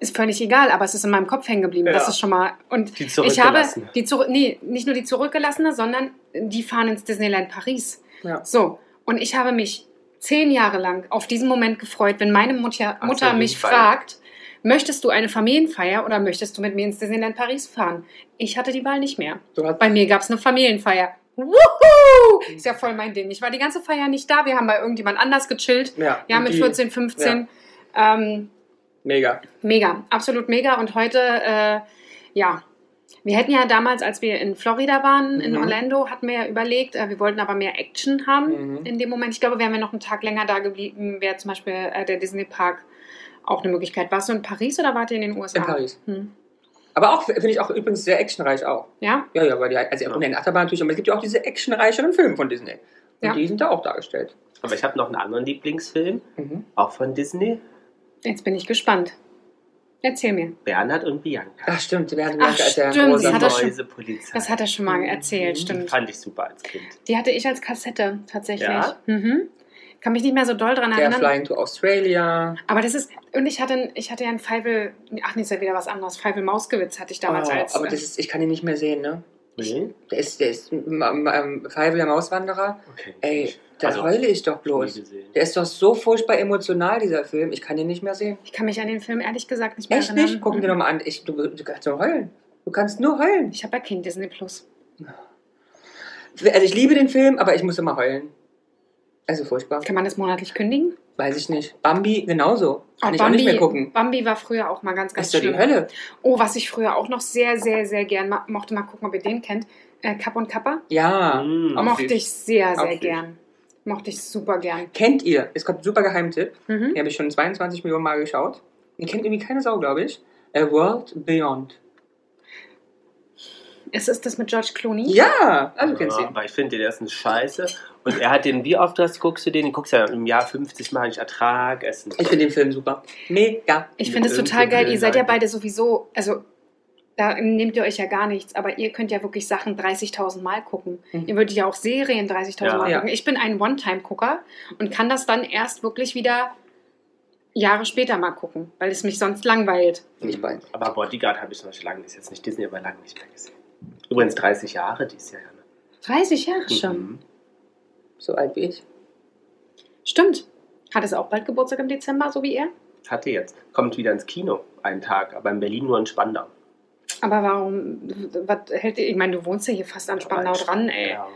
Ist völlig egal, aber es ist in meinem Kopf hängen geblieben. Das
Ja.
ist schon mal. Und
Die
ich habe
zurückgelassen.
die zurück, nee, nicht nur die zurückgelassene, sondern die fahren ins Disneyland Paris.
Ja.
So, und ich habe mich zehn Jahre lang auf diesen Moment gefreut, wenn meine Mutter,
Ach,
Mutter
zur
mich
Jugendfeier.
fragt, möchtest du eine Familienfeier oder möchtest du mit mir ins Disneyland Paris fahren? Ich hatte die Wahl nicht mehr.
Du hast
Bei mir gab es eine Familienfeier. Wuhu! Ist ja voll mein Ding. Ich war die ganze Feier nicht da. Wir haben bei irgendjemand anders gechillt.
Ja,
Ja,
und
mit
die-
14, 15. Ähm,
Mega.
Mega, absolut mega. Und heute, äh, ja, wir hätten ja damals, als wir in Florida waren, in
Mhm.
Orlando, hatten wir ja überlegt, äh, wir wollten aber mehr Action haben
Mhm.
in dem Moment. Ich glaube, wären wir noch einen Tag länger da geblieben, wäre zum Beispiel äh, der Disney Park auch eine Möglichkeit. Warst du in Paris oder wart ihr in den USA?
In Paris.
Hm.
Aber auch, finde ich auch übrigens sehr actionreich auch.
Ja?
Ja, ja, weil die, also ja. in Achterbahn natürlich, aber es gibt ja auch diese actionreicheren Filme von Disney. Und
Ja.
die sind da auch dargestellt. Mhm.
Aber ich habe noch einen anderen Lieblingsfilm, auch von Disney.
Jetzt bin ich gespannt. Erzähl mir.
Bernhard und Bianca.
Ach stimmt, die werden
Ach,
als der
stimmt,
Die
rosa
das hat er schon-
Mäusepolizei.
Das hat er schon
Mhm.
mal erzählt,
Die
stimmt.
Fand ich super als Kind.
Die hatte ich als Kassette tatsächlich.
Ja?
Mhm. Kann mich nicht mehr so doll dran
der
erinnern.
Flying to Australia.
Aber das ist, und ich hatte, ich hatte ja einen Feivel, ach nee, ist ja wieder was anderes, Feivel Mausgewitz hatte ich damals
Oh,
als. äh,
aber das ist, ich kann ihn nicht mehr sehen, ne?
Nee?
Der ist, der ist ähm, ähm, Five der Mauswanderer.
Okay.
Ey, da
Also,
heule ich doch
nie
bloß.
gesehen.
Der ist doch so furchtbar emotional, dieser Film. Ich kann ihn nicht mehr sehen.
ich kann mich an den Film ehrlich gesagt nicht mehr
Echt
erinnern. Mhm.
nicht? Guck ihn dir nochmal an. Ich, du, du kannst nur heulen. Du kannst nur heulen.
Ich habe ja kein Disney Plus.
Also ich liebe den Film, aber ich muss immer heulen. Also furchtbar.
Kann man das monatlich kündigen?
Weiß ich nicht. Bambi genauso. Kann
Oh,
ich auch nicht mehr gucken.
Bambi war früher auch mal ganz,
Das
ganz
ist ja die
schlimm.
Hölle.
Oh, was ich früher auch noch sehr, sehr, sehr gern ma mochte, mal gucken, ob ihr den kennt. Äh, Kapp und Kappa.
Ja.
Mm.
Ah, Auch
mochte
süß.
ich sehr,
Auch
sehr
süß.
gern. Mochte ich super gern.
Kennt ihr? Es kommt ein super Geheimtipp.
Mhm.
Den habe ich schon 22 Millionen Mal geschaut. Den kennt irgendwie keine Sau, glaube ich. A World Beyond.
Es ist das mit George Clooney.
Ja, also kennst du
ja,
ihn.
aber ich finde, der ist eine Scheiße. Und er hat den, wie oft das guckst du den? Den guckst du ja im Jahr 50 Mal, ich ertrag Essen.
Ich finde den Film super. Mega.
Ich
Mit
finde es total
irgendwelchen
geil. Ihr seid ja
Leuten.
beide sowieso, also da nehmt ihr euch ja gar nichts, aber ihr könnt ja wirklich Sachen 30.000 Mal gucken.
Mhm.
Ihr würdet ja auch Serien 30.000
Ja.
Mal
Ja.
gucken. Ich bin ein One-Time-Gucker und kann das dann erst wirklich wieder Jahre später mal gucken, weil es mich sonst langweilt.
Nicht bald.
Aber Bodyguard habe ich zum Beispiel lange, ist jetzt nicht Disney, aber lange nicht mehr gesehen. Übrigens 30 Jahre dieses Jahr. Ne?
30 Jahre schon.
Mhm.
So alt wie ich.
Stimmt. Hat es auch bald Geburtstag im Dezember, so wie er?
Hatte jetzt. Kommt wieder ins Kino einen Tag, aber in Berlin nur in Spandau.
Aber warum, was hält ihr, ich meine, du wohnst ja hier fast an Spandau dran, ey.
Ja.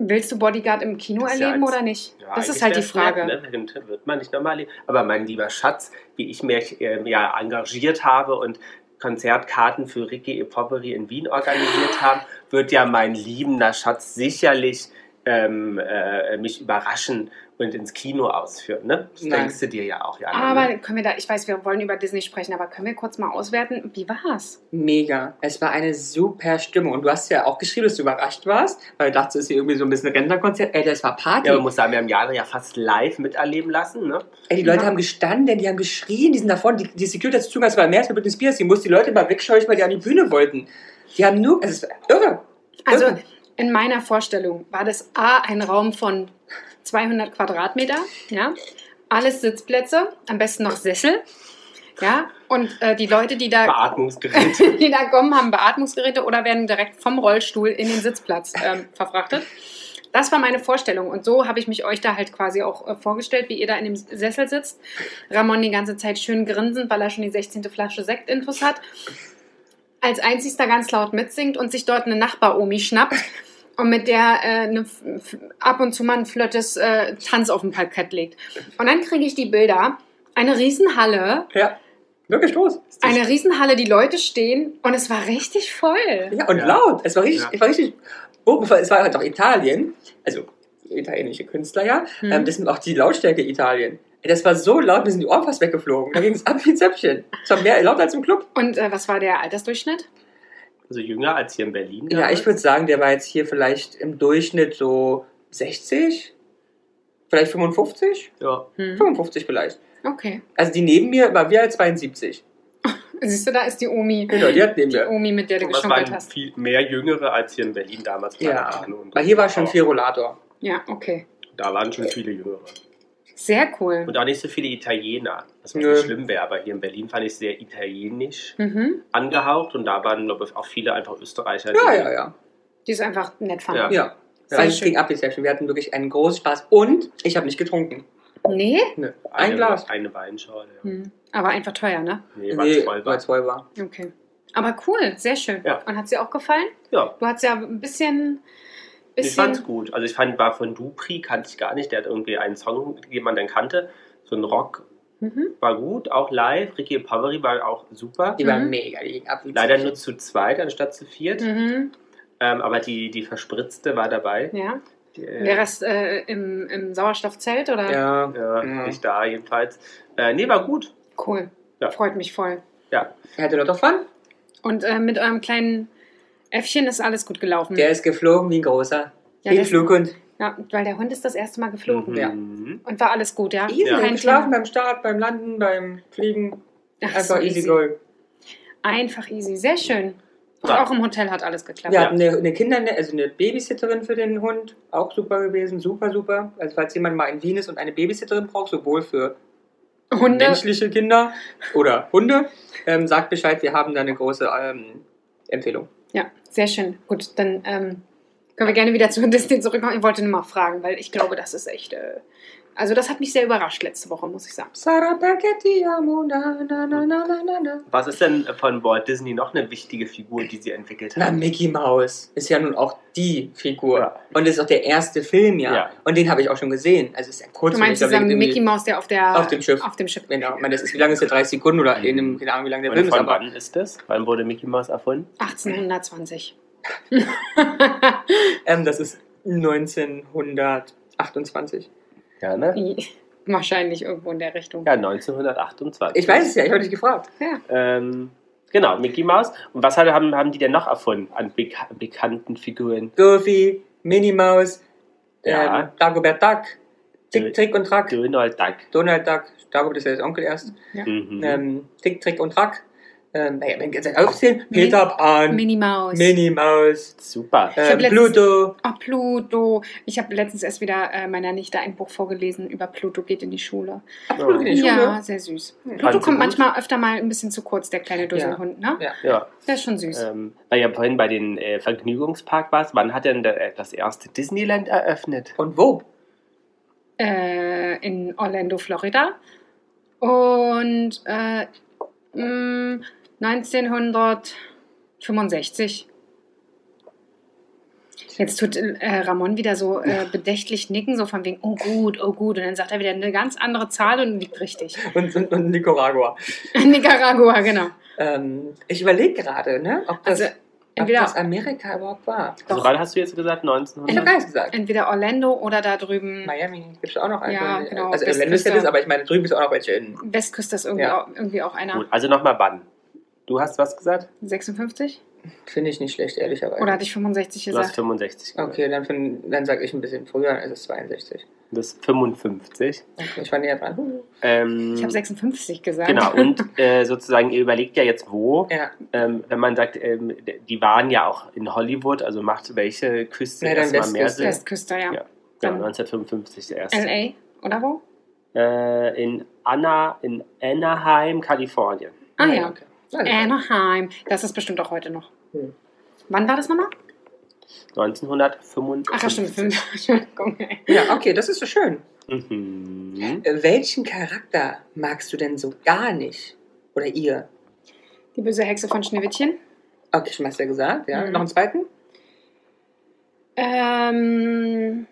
Willst du Bodyguard im Kino
Das ist ja
erleben
als-
oder nicht?
Ja,
das
eigentlich
ist halt die
wär's
Frage.
Nett, ne? Wird- Wird man nicht normal leben. Aber mein lieber Schatz, wie ich mich ähm, ja engagiert habe und Konzertkarten für Ricky Epopery in Wien organisiert habe, wird ja mein liebender Schatz sicherlich ähm, äh, mich überraschen und ins Kino ausführen. Ne? Das
Nein.
denkst du dir ja auch, ja.
Aber
ne?
können wir da, ich weiß, wir wollen über Disney sprechen, aber können wir kurz mal auswerten, wie war's?
Mega. Es war eine super Stimmung. Und du hast ja auch geschrieben, dass du überrascht warst, weil du dachtest, es ist hier irgendwie so ein bisschen Rentnerkonzert. Ey, das war Party.
Ja, man muss sagen, wir haben Jana ja fast live miterleben lassen. Ne?
Ey, die Leute
Ja.
haben gestanden, die haben geschrien, die sind davon. Die, die Security hat es zugehört, es war mehr als mit Britney Spears. Die muss die Leute mal wegscheuchen, weil die an die Bühne wollten. Die haben nur. Es ist irre.
Also
Irre.
in meiner Vorstellung war das A ein Raum von 200 Quadratmeter, ja, alles Sitzplätze, am besten noch Sessel, ja, und äh, die Leute, die da,
Beatmungsgerät.
die da kommen, haben Beatmungsgeräte oder werden direkt vom Rollstuhl in den Sitzplatz ähm, verfrachtet. Das war meine Vorstellung und so habe ich mich euch da halt quasi auch äh, vorgestellt, wie ihr da in dem Sessel sitzt. Ramon die ganze Zeit schön grinsend, weil er schon die 16. Flasche Sektinfos hat. Als einzigster ganz laut mitsingt und sich dort eine Nachbar-Omi schnappt und mit der äh, eine, f- f- ab und zu mal ein flottes äh, Tanz auf dem Parkett legt. Und dann kriege ich die Bilder. Eine Riesenhalle,
Ja. Wirklich groß.
eine Riesenhalle, die Leute stehen und es war richtig voll.
Ja, und
Ja.
laut. Es war richtig,
Ja.
es war richtig. Oh, es war halt auch Italien, also italienische Künstler, ja.
Hm.
Ähm, das sind auch die Lautstärke Italien. Ey, Das war so laut, mir sind die Ohren fast weggeflogen. Da ging es ab wie ein Zäpfchen. Es war mehr laut als im Club.
Und äh, was war der Altersdurchschnitt?
Also jünger als hier in Berlin.
Ja, ich würde sagen, der war jetzt hier vielleicht im Durchschnitt so 60, vielleicht 55,
Ja.
Hm.
55 vielleicht.
Okay.
Also die neben mir war wir als 72.
Siehst du, da ist die Omi.
Genau, die hat neben
Die
mir.
Omi, mit der du
Und Das waren
geschunkelt hast.
viel mehr Jüngere als hier in Berlin damals. keine
Ja,
Ahnung.
weil hier war schon viel Rollator.
Ja, okay.
Da waren
Äh.
schon viele Jüngere.
Sehr cool.
Und auch nicht so viele Italiener, was
Nö.
nicht schlimm wäre. Aber hier in Berlin fand ich sehr italienisch
Mhm.
angehaucht. Und da waren, glaube ich, auch viele einfach Österreicher.
Ja,
die-
ja, ja.
Die ist einfach nett fand.
Ja.
Ja.
Sehr
Also es
schön.
ging ab wie ein Zäpfchen. Wir hatten wirklich einen großen Spaß. Und ich habe nicht getrunken.
Nee?
Nö.
Eine,
Ein Glas.
Eine Weinschorle. Ja.
Hm. Aber einfach teuer, ne?
Nee, war voll
weil es voll war.
Okay. Aber cool, sehr schön.
Ja.
Und hat sie auch gefallen?
Ja,
Du hast ja ein bisschen.
ich fand's gut. Also ich fand, war von Dupri, kannte ich gar nicht. Der hat irgendwie einen Song, den man dann kannte. So ein Rock
Mhm.
war gut, auch live. Ricky Poveri war auch super.
Die war
Mhm.
mega. Die ging ab wie ein
Leider
Zäpfchen.
nur zu zweit anstatt zu viert.
Mhm.
Ähm, aber die, die Verspritzte war dabei.
Ja.
Die, äh,
Wäre es äh, im, im Sauerstoffzelt oder?
Ja.
Ja,
Ja.
nicht da jedenfalls. Äh, nee, war gut.
Cool.
Ja.
Freut mich voll.
Ja.
Hatte Lot of Fun.
Und äh, mit eurem kleinen Äffchen ist alles gut gelaufen.
Der ist geflogen wie ein großer.
Ja,
wie
der-
ein Flughund.
ja, weil der Hund ist das erste Mal geflogen.
Ja.
Mhm.
Und war alles gut, ja?
Easy.
Ja.
Beim
Kein
Schlafen,
Thema.
beim Start, beim Landen, beim Fliegen.
Ach,
Einfach
so
easy going.
Einfach easy. Sehr schön. Und
Ja.
auch im Hotel hat alles geklappt.
Wir
Ja.
hatten eine, eine Kinder, also eine Babysitterin für den Hund, auch super gewesen, super, super. Also falls jemand mal in Wien ist und eine Babysitterin braucht, sowohl für
Hunde.
menschliche Kinder oder Hunde, ähm, sagt Bescheid, wir haben da eine große ähm, Empfehlung.
Ja, sehr schön. Gut, dann ähm, können wir gerne wieder zu Disney zurückkommen. Ich wollte nur mal fragen, weil ich glaube, das ist echt. Äh, also, das hat mich sehr überrascht letzte Woche, muss ich sagen.
Sarah Paquette, amo, na, na, na, na, na, na, na.
Was ist denn von Walt Disney noch eine wichtige Figur, die sie entwickelt
Na,
hat?
Mickey Mouse ist ja nun auch die Figur.
Ja.
Und ist auch der erste Film, ja.
Ja.
Und den habe ich auch schon gesehen. Also ist ja kurz
Du meinst dieser Mickey Mouse, der auf der
Auf dem Schiff.
Auf dem Schiff.
Genau, ich meine, das ist, wie lange ist der? 30 Sekunden oder in einem, keine Ahnung, wie lange der
Mhm. Und
Film ist,
von
aber
wann ist das? Wann wurde Mickey Mouse erfunden?
1820.
ähm, das ist 1928.
Ja, ne?
Wahrscheinlich irgendwo in der Richtung.
Ja, 1928.
Ich weiß es ja, ich habe dich gefragt.
Ja.
Ähm, genau, Mickey Mouse. Und was hat- haben, haben die denn noch erfunden an beka bekannten Figuren?
Goofy, Minnie Maus,
Ja.
ähm, Dagobert Duck,
Dö-
Tick, Trick und Track,
Donald Duck.
Donald Duck, Dagobert ist ja jetzt Onkel erst,
Mhm.
ähm, Tick, Trick und Track, ähm, naja, wenn wir jetzt aufzählen, Peter Pan, Minnie,
Minnie Maus.
Maus,
Super.
hab
ähm,
letztens-
Pluto,
Oh, Pluto. Ich habe letztens erst wieder äh, meiner Nichte ein Buch vorgelesen über Pluto geht in die Schule.
Pluto in die Schule.
Ja, sehr süß.
Fand
Pluto
sie
kommt
gut?
manchmal öfter mal ein bisschen zu kurz, der kleine Dusselhund, ne?
Ja.
Ja,
Der ist schon süß.
ähm, weil ja vorhin bei den äh, Vergnügungspark warst. Wann hat denn der, äh, das erste Disneyland eröffnet?
Und wo?
äh, in Orlando, Florida. Und äh, mm, mh, 1965. Jetzt tut äh, Ramon wieder so äh, bedächtlich nicken, so von wegen, oh gut, oh gut. Und dann sagt er wieder eine ganz andere Zahl und liegt richtig.
Und, und, und Nicaragua.
Nicaragua, genau.
Ähm, ich überlege gerade, ne, ob das,
Also,
ob
Entweder,
das Amerika überhaupt war.
Also wann hast du jetzt gesagt?
Ich habe
Mhm.
1900?
gar nichts gesagt.
entweder Orlando oder da drüben.
Miami gibt es auch noch eine.
Mhm. Ja, genau.
Also
Das
Orlando ist
ist
ja das,
da.
aber ich meine, drüben ist auch noch welche in.
Westküste ist irgendwie,
Ja.
auch, irgendwie auch einer.
Gut, also nochmal wann? Du hast was gesagt?
56?
Finde ich nicht schlecht, ehrlicherweise.
Oder hatte ich 65
Du hast
gesagt?
65 gesagt.
okay, dann, find- dann sage ich ein bisschen früher, dann ist es 62.
Das ist 55.
Okay, ich war näher
Mhm.
dran.
Ähm,
Ich habe 56 gesagt.
Genau, und äh, sozusagen, ihr überlegt ja jetzt wo.
Ja,
Ähm, wenn man sagt, ähm, d- die waren ja auch in Hollywood, also macht welche Küste
Ja, dann
erstmal mehr
Westküste.
Sinn?
Westküste, ja.
Ja. Ja,
dann-
1955 der erste.
LA, oder wo?
Äh, in, Anna, in Anaheim, Kalifornien.
Ah
Ja,
ja.
okay. Also,
Anaheim. Das ist bestimmt auch heute noch.
Hm.
Wann war das nochmal? Ach ja, stimmt.
1955.
Entschuldigung, ey.
ja, okay, das ist so schön.
Mhm.
Äh, Welchen Charakter magst du denn so gar nicht? Oder ihr?
Die böse Hexe von Schneewittchen.
Okay, schon hast du ja gesagt, ja.
Mhm.
Noch einen zweiten?
Ähm,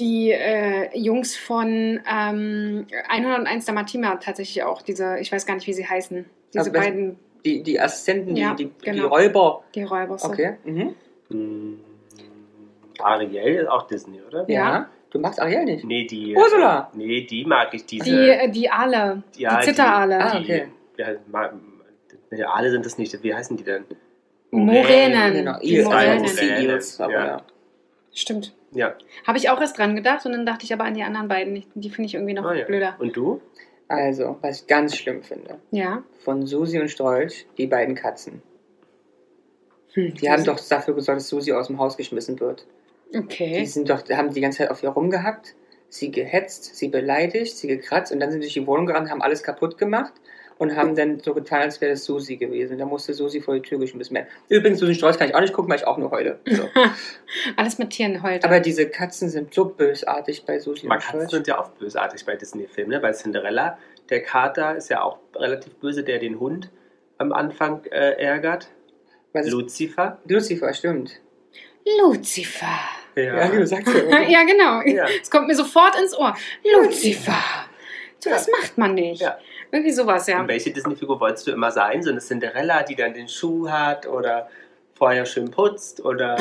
die äh, Jungs von ähm, 101 Dalmatiner tatsächlich auch. Diese, ich weiß gar nicht, wie sie heißen. Diese
Also, welche-
beiden,
Die, die Assistenten, die,
Ja,
die, die
genau.
Räuber.
die Räuberse.
Okay. Mhm.
Mhm. Ariel ist auch Disney, oder?
Ja.
Du magst Ariel nicht.
Nee, die. äh,
Ursula.
Nee, die mag ich. Diese,
Die, äh, die Aale.
Ja,
die Zitterale.
Ah,
Die,
okay.
ja, ma, nee, alle sind das nicht. Wie heißen die denn?
Moränen.
Genau,
Die
ihr, also
Moränen.
Moränen.
Sea Eels, aber
Ja.
ja.
Stimmt.
Ja.
Habe ich auch erst dran gedacht und dann dachte ich aber an die anderen beiden. nicht. Die finde ich irgendwie noch
Ah, ja.
blöder.
Und du?
Also, was ich ganz schlimm finde,
Ja.
von Susi und Strolch, die beiden Katzen.
Hm,
Die haben doch dafür gesorgt, dass Susi aus dem Haus geschmissen wird. Die
Okay.
sind doch, haben die ganze Zeit auf ihr rumgehackt, sie gehetzt, sie beleidigt, sie gekratzt und dann sind sie durch die Wohnung gerannt, haben alles kaputt gemacht und haben dann so getan, als wäre das Susi gewesen. Da musste Susi vor die Tür geschmissen werden. Übrigens, Susi und Strolch kann ich auch nicht gucken, weil ich auch nur heule. So.
Alles mit Tieren heute.
Aber diese Katzen sind so bösartig bei Susi
Man
und
Katzen
Strolch.
sind ja oft bösartig bei Disney-Filmen, ne? bei Cinderella. Der Kater ist ja auch relativ böse, der den Hund am Anfang äh, ärgert.
Was ist
Lucifer.
Lucifer, stimmt.
Lucifer.
Ja, du sagst ja.
Ja, genau.
Ja.
Es kommt mir sofort ins Ohr. Lucifer. So
Ja.
was macht man nicht.
Ja.
Irgendwie sowas, ja.
Und welche Disney-Figur wolltest du immer sein? So eine Cinderella, die dann den Schuh hat oder vorher schön putzt oder,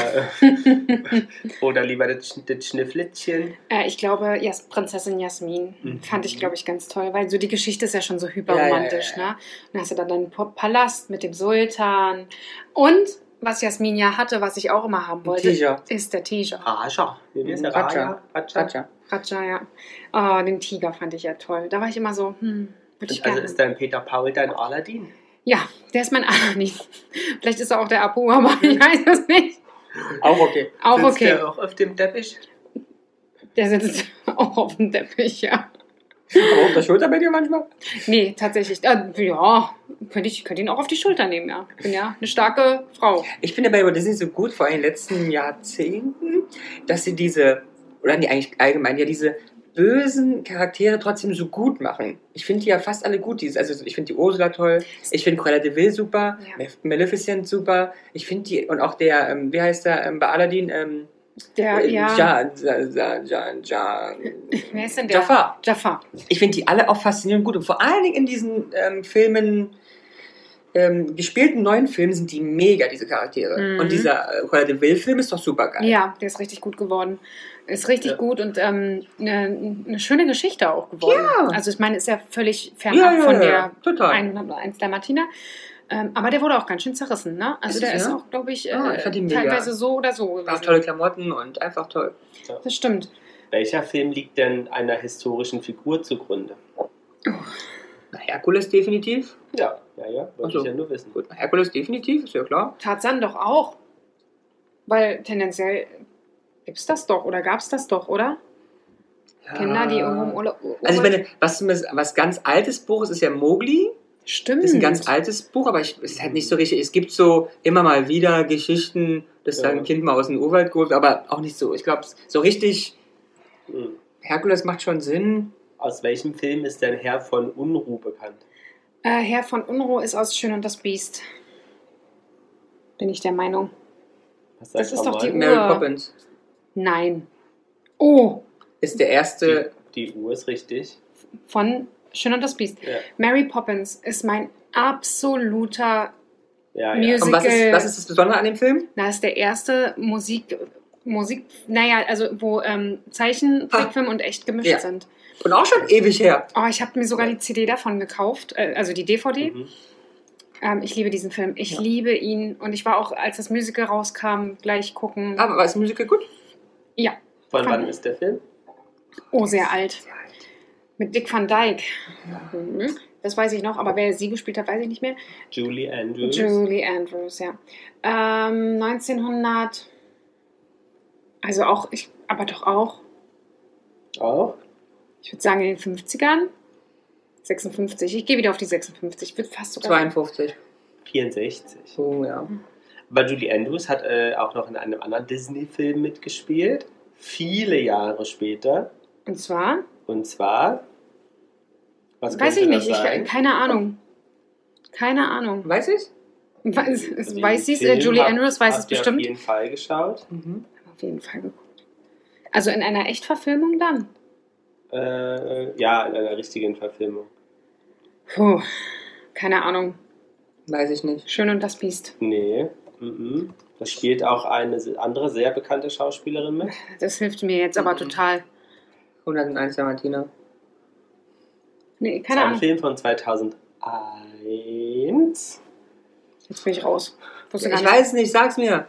oder lieber das, Schn- das Schnifflittchen.
Äh, ich glaube, Jas Prinzessin Jasmin
Mhm.
fand ich, glaube ich, ganz toll, weil so die Geschichte ist ja schon so hyperromantisch.
Ja, ja, ja,
Ne? Dann hast du dann deinen Pop- Palast mit dem Sultan. Und was Jasmin ja hatte, was ich auch immer haben wollte,
Tiger.
ist der Tiger.
Raja. Wie heißt der?
Raja.
Raja. Raja.
Raja.
Raja, ja. Ah, den Tiger fand ich ja toll. Da war ich immer so, hm, würde ich
Also
gerne.
ist dein Peter Paul dein Aladdin?
ja, der ist mein Anani. Vielleicht ist er auch der Apu, aber ich weiß es nicht.
Auch okay.
Auch
Sitzt
okay.
Der auch auf dem Teppich?
Der sitzt auch auf dem Teppich, ja.
Aber auf der Schulter bei dir manchmal?
Nee, tatsächlich. Äh, ja, könnte ich könnte ihn auch auf die Schulter nehmen, ja. Ich bin ja eine starke Frau.
Ich finde bei Walt Disney so gut vor den letzten Jahrzehnten, dass sie diese, oder nee, eigentlich allgemein, ja, diese bösen Charaktere trotzdem so gut machen. Ich finde die ja fast alle gut. Dieses, also ich finde die Ursula toll, ich finde Cruella de Vil super,
Ja.
Male- Maleficent super, ich finde die, und auch der, ähm, wie heißt der, ähm, bei Aladdin, ähm,
Der,
äh,
ja.
Ja, ja, ja, ja, ja.
Wer ist denn der?
Jafar.
Jafar.
Ich finde die alle auch faszinierend gut. Und vor allen Dingen in diesen ähm, Filmen, ähm, gespielten neuen Filmen, sind die mega, diese Charaktere.
Mhm.
Und dieser äh, Cruella de Vil-Film ist doch super geil.
Ja, der ist richtig gut geworden. Ist richtig
Ja.
gut und ähm, eine, eine schöne Geschichte auch geworden.
Ja.
Also ich meine, ist ja völlig fernab von der
total.
101 der Martina. Ähm, aber der wurde auch ganz schön zerrissen, ne? Also
Ist
der
es,
ist
ja?
auch, glaube ich, äh,
Ah, ich fand ihn mega.
teilweise so oder so
auch
gewesen.
tolle Klamotten und einfach toll.
Das stimmt.
Welcher Film liegt denn einer historischen Figur zugrunde?
Na, Herkules definitiv.
Ja, Also. ja, ja, wollte
Ach so.
ich ja nur wissen.
Gut, na, Herkules definitiv, ist ja klar.
Tarzan doch auch. Weil tendenziell gibt's das doch oder gab's das doch, oder?
Ja.
Kinder, Genau, die irgendwo im Urlaub.
Ah. Also ich meine, was, was ganz altes Buch ist, ist ja Mowgli.
stimmt.
Das ist ein ganz altes Buch, aber ich, es ist halt nicht so richtig. Es gibt so immer mal wieder Geschichten, dass da
Ja.
ein Kind mal aus dem Urwald geholt wird, aber auch nicht so. Ich glaube, so richtig,
Mhm.
Herkules macht schon Sinn.
Aus welchem Film ist denn Herr von Unruh bekannt?
Äh, Herr von Unruh ist aus Schön und das Biest. Bin ich der Meinung.
Was
Das
sagt
ist doch die
Ramon?
Mary
Uhr.
Poppins
Nein. Oh,
ist der erste.
Die, die Uhr ist richtig.
von Schön und das Biest.
Ja.
Mary Poppins ist mein absoluter,
Ja,
Music-
ja.
Und was ist, was ist das Besondere an dem Film?
na, ist der erste Musik, Musik, naja, also wo ähm, Zeichen,
Ha.
Trickfilm und echt gemischt
Ja.
sind.
Und auch schon ewig her.
Oh, ich habe mir sogar die CD davon gekauft, äh, also die DVD.
Mhm.
Ähm, ich liebe diesen Film. Ich
Ja.
liebe ihn. Und ich war auch, als das Musical rauskam, gleich gucken.
Ah, Aber war das Musical gut?
Ja,
Von wann ist der Film?
oh, sehr alt. Mit Dick van Dyke. Mhm. Das weiß ich noch, aber wer sie gespielt hat, weiß ich nicht mehr.
Julie Andrews.
Julie Andrews, ja. Ähm, 1900. Also auch, ich, aber doch auch,
Auch?
ich würde sagen in den 50ern. 56. Ich gehe wieder auf die 56. Ich würde fast sogar.
52.
64.
Oh ja.
Aber Julie Andrews hat äh, auch noch in einem anderen Disney-Film mitgespielt. Viele Jahre später.
Und zwar?
Und zwar. Was
Weiß
könnte das
ich nicht, ich,
sein?
keine Ahnung. Keine Ahnung.
Weiß ich?
Weiß, es-
Also
weiß sie
den
es, äh,
Film
Julie
hab-
Andrews weiß
habt
es
ihr
bestimmt.
Auf jeden Fall geschaut.
Mhm.
Auf jeden Fall geguckt. Also in einer Echtverfilmung dann?
Äh, ja, in einer richtigen Verfilmung.
Puh, keine Ahnung.
Weiß ich nicht.
Schön und das Biest.
Nee. Mhm. Das spielt auch eine se- andere sehr bekannte Schauspielerin mit.
Das hilft mir jetzt aber
Mhm.
total.
101 der Martina.
Nee,
Das ist
keine
ein
Ahnung.
Film von 2001.
Jetzt bin ich raus. Wusste
Ich
gar nicht.
weiß nicht, sag's mir.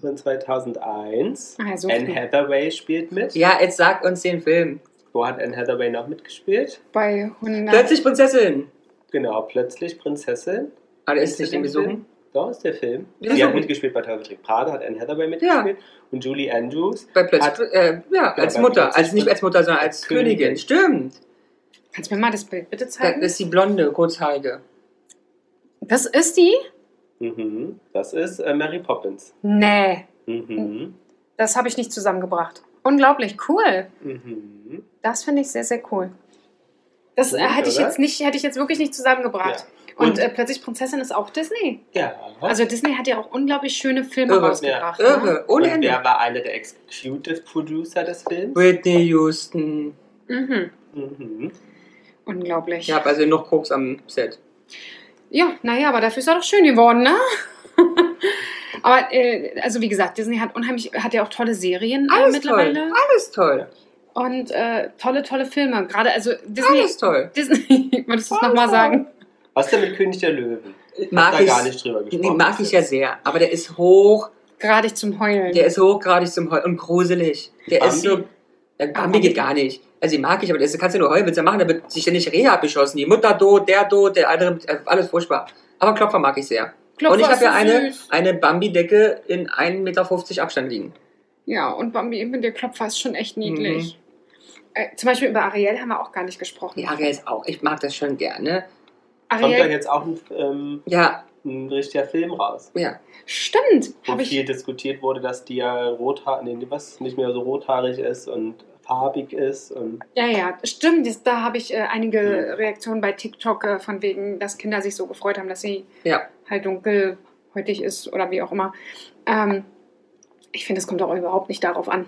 Von 2001.
Ah, so
Anne
früh.
Hathaway spielt mit.
Ja, jetzt sag uns den Film.
Wo hat Anne Hathaway noch mitgespielt?
Bei 100.
Plötzlich Prinzessin.
Genau, plötzlich Prinzessin.
Aber der ist nicht irgendwie so.
Da ist der Film.
Ja,
Sie
so
hat
gut.
mitgespielt bei Teufel Prada, hat Anne Hathaway mitgespielt. Und Julie Andrews.
Bei plötzlich,
Hat-
äh, ja, als
bei
Mutter,
plötzlich
als nicht als Mutter, sondern als
als Königin.
Königin. Stimmt.
Kannst du mir mal das Bild bitte
Das
zeigen?
ist die blonde, kurzhaarige.
Das ist die?
Mhm. Das ist äh, Mary Poppins.
Nee,
Mhm.
das habe ich nicht zusammengebracht. Unglaublich cool.
Oh.
Mhm.
Das finde ich sehr, sehr cool. Das äh,
Gut,
hätte ich
oder?
jetzt nicht, hätte ich jetzt wirklich nicht zusammengebracht. Und,
Und-
äh, plötzlich Prinzessin ist auch Disney.
Ja.
Also Disney hat ja auch unglaublich schöne Filme
Irre,
rausgebracht. Ne?
Irre, Oh, ohne
und wer
Ende.
war einer der Executive Producer des Films?
Whitney Houston.
Mhm.
Mhm.
Unglaublich.
Ich habe also noch Koks am Set.
Ja, naja, aber dafür ist er doch schön geworden, ne? Aber äh, also wie gesagt, Disney hat unheimlich, hat ja auch tolle Serien äh,
Alles
mittlerweile
toll. Alles toll.
und äh, tolle, tolle Filme. Gerade also Disney.
Alles toll.
Disney, würdest du es nochmal sagen?
Was denn mit König der Löwen?
Mag
da
ich,
gar nicht drüber gesprochen.
nee, mag ich
bis
ja
jetzt.
sehr. Aber der ist hoch,
Gerade ich zum Heulen.
der ist hochgradig zum Heulen und gruselig. Der
Bambi?
ist so. Ja, Bambi geht gar nicht. Also die mag ich, aber das kannst du nur Heulwitze machen, da wird sich ja nicht Reha beschossen. Die Mutter tot, der tot, der andere, äh, alles furchtbar. Aber Klopfer mag ich sehr.
Klopfer
und ich
ist
habe ja
so
eine,
süß.
eine Bambi-Decke in 1,50 Meter Abstand liegen.
Ja, und Bambi mit der Klopfer ist schon echt
Mhm.
niedlich. Äh, zum Beispiel über Ariel haben wir auch gar nicht gesprochen.
Die Ariel ist auch, ich mag das schon gerne.
Kommt dann
Ariel,
jetzt auch ein, ähm,
Ja,
ein richtiger Film raus.
ja.
stimmt,
Wo
habe ich
viel diskutiert wurde, dass die ja rothaarig, nee, was nicht mehr so rothaarig ist und farbig ist und
Ja, ja, stimmt. Das, da habe ich äh, einige
Mhm.
Reaktionen bei TikTok äh, von wegen, dass Kinder sich so gefreut haben, dass sie
Ja.
halt dunkelhäutig ist oder wie auch immer. Ähm, ich finde, es kommt auch überhaupt nicht darauf an.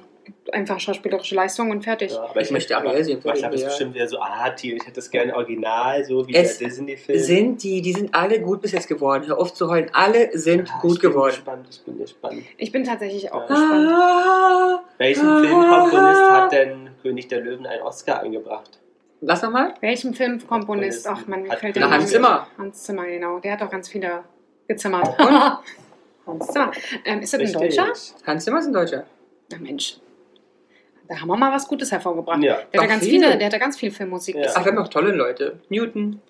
Einfach schauspielerische Leistung und fertig.
ja, aber
Ich möchte
aber,
Ariel sehen,
aber Ich glaube, das ist
ja.
bestimmt wieder so arty. Ich hätte das gerne original, so wie
Es
der Disney-Film.
Sind die, die sind alle gut bis jetzt geworden. Hör auf zu heulen. Alle sind
Ja,
gut
Ah, ich bin
geworden.
Gespannt, ich bin gespannt.
Ich bin tatsächlich auch
Ja.
gespannt.
Ah,
Welchen
Ah.
Filmkomponist hat denn König der Löwen einen Oscar eingebracht?
lass nochmal.
Welchem Filmkomponist? Ach, man, mir
Hat-
fällt
Na,
der
Hans
Name-
Zimmer.
Hans Zimmer, genau. Der hat auch ganz viele gezimmert. Hans Zimmer. Ähm, ist das ein
Richtig.
Deutscher?
Hans Zimmer ist ein Deutscher.
Na Mensch. Da haben wir mal was Gutes hervorgebracht.
Ja.
Der hat,
Doch
ja ganz
viele.
viele, der hat ja ganz viel Filmmusik.
Ja.
Ja.
Ach, wir haben auch tolle Leute. Newton.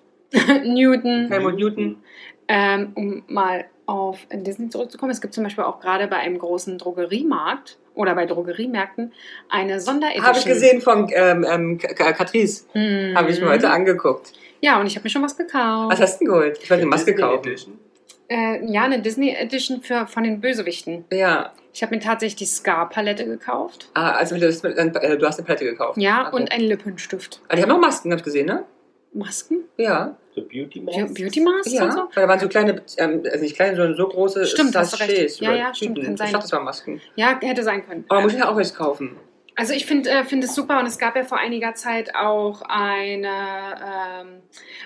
Newton.
Helmut Newton.
Ähm, um mal auf Disney zurückzukommen, es gibt zum Beispiel auch gerade bei einem großen Drogeriemarkt oder bei Drogeriemärkten eine Sonderedition.
Habe ich gesehen von ähm, ähm, K- K- Catrice.
Mhm.
Habe ich mir heute angeguckt.
Ja, und ich habe mir schon was gekauft.
Was hast du denn geholt? Ich wollte eine Maske
Disney
kaufen.
Edition.
äh, ja, eine Disney Edition für, von den Bösewichten.
Ja.
Ich habe mir tatsächlich die Scar-Palette gekauft.
Ah, also das, äh, du hast eine Palette gekauft.
Ja,
Okay.
und einen Lippenstift.
Ah, die haben auch Masken, hab ich gesehen, ne?
Masken?
Ja.
The Beauty
Ja,
Man.
Beauty Masks
Ja.
und so?
Weil da waren so kleine, ähm, also nicht kleine, sondern so große
Stimmt, hast du recht.
Sachets
Ja,
oder
ja, stimmt,
Tüten.
kann sein.
Ich dachte, das waren Masken.
Ja, hätte sein können.
Aber muss ich ja auch welches kaufen.
Also ich finde äh, find es super und es gab ja vor einiger Zeit auch eine, ähm,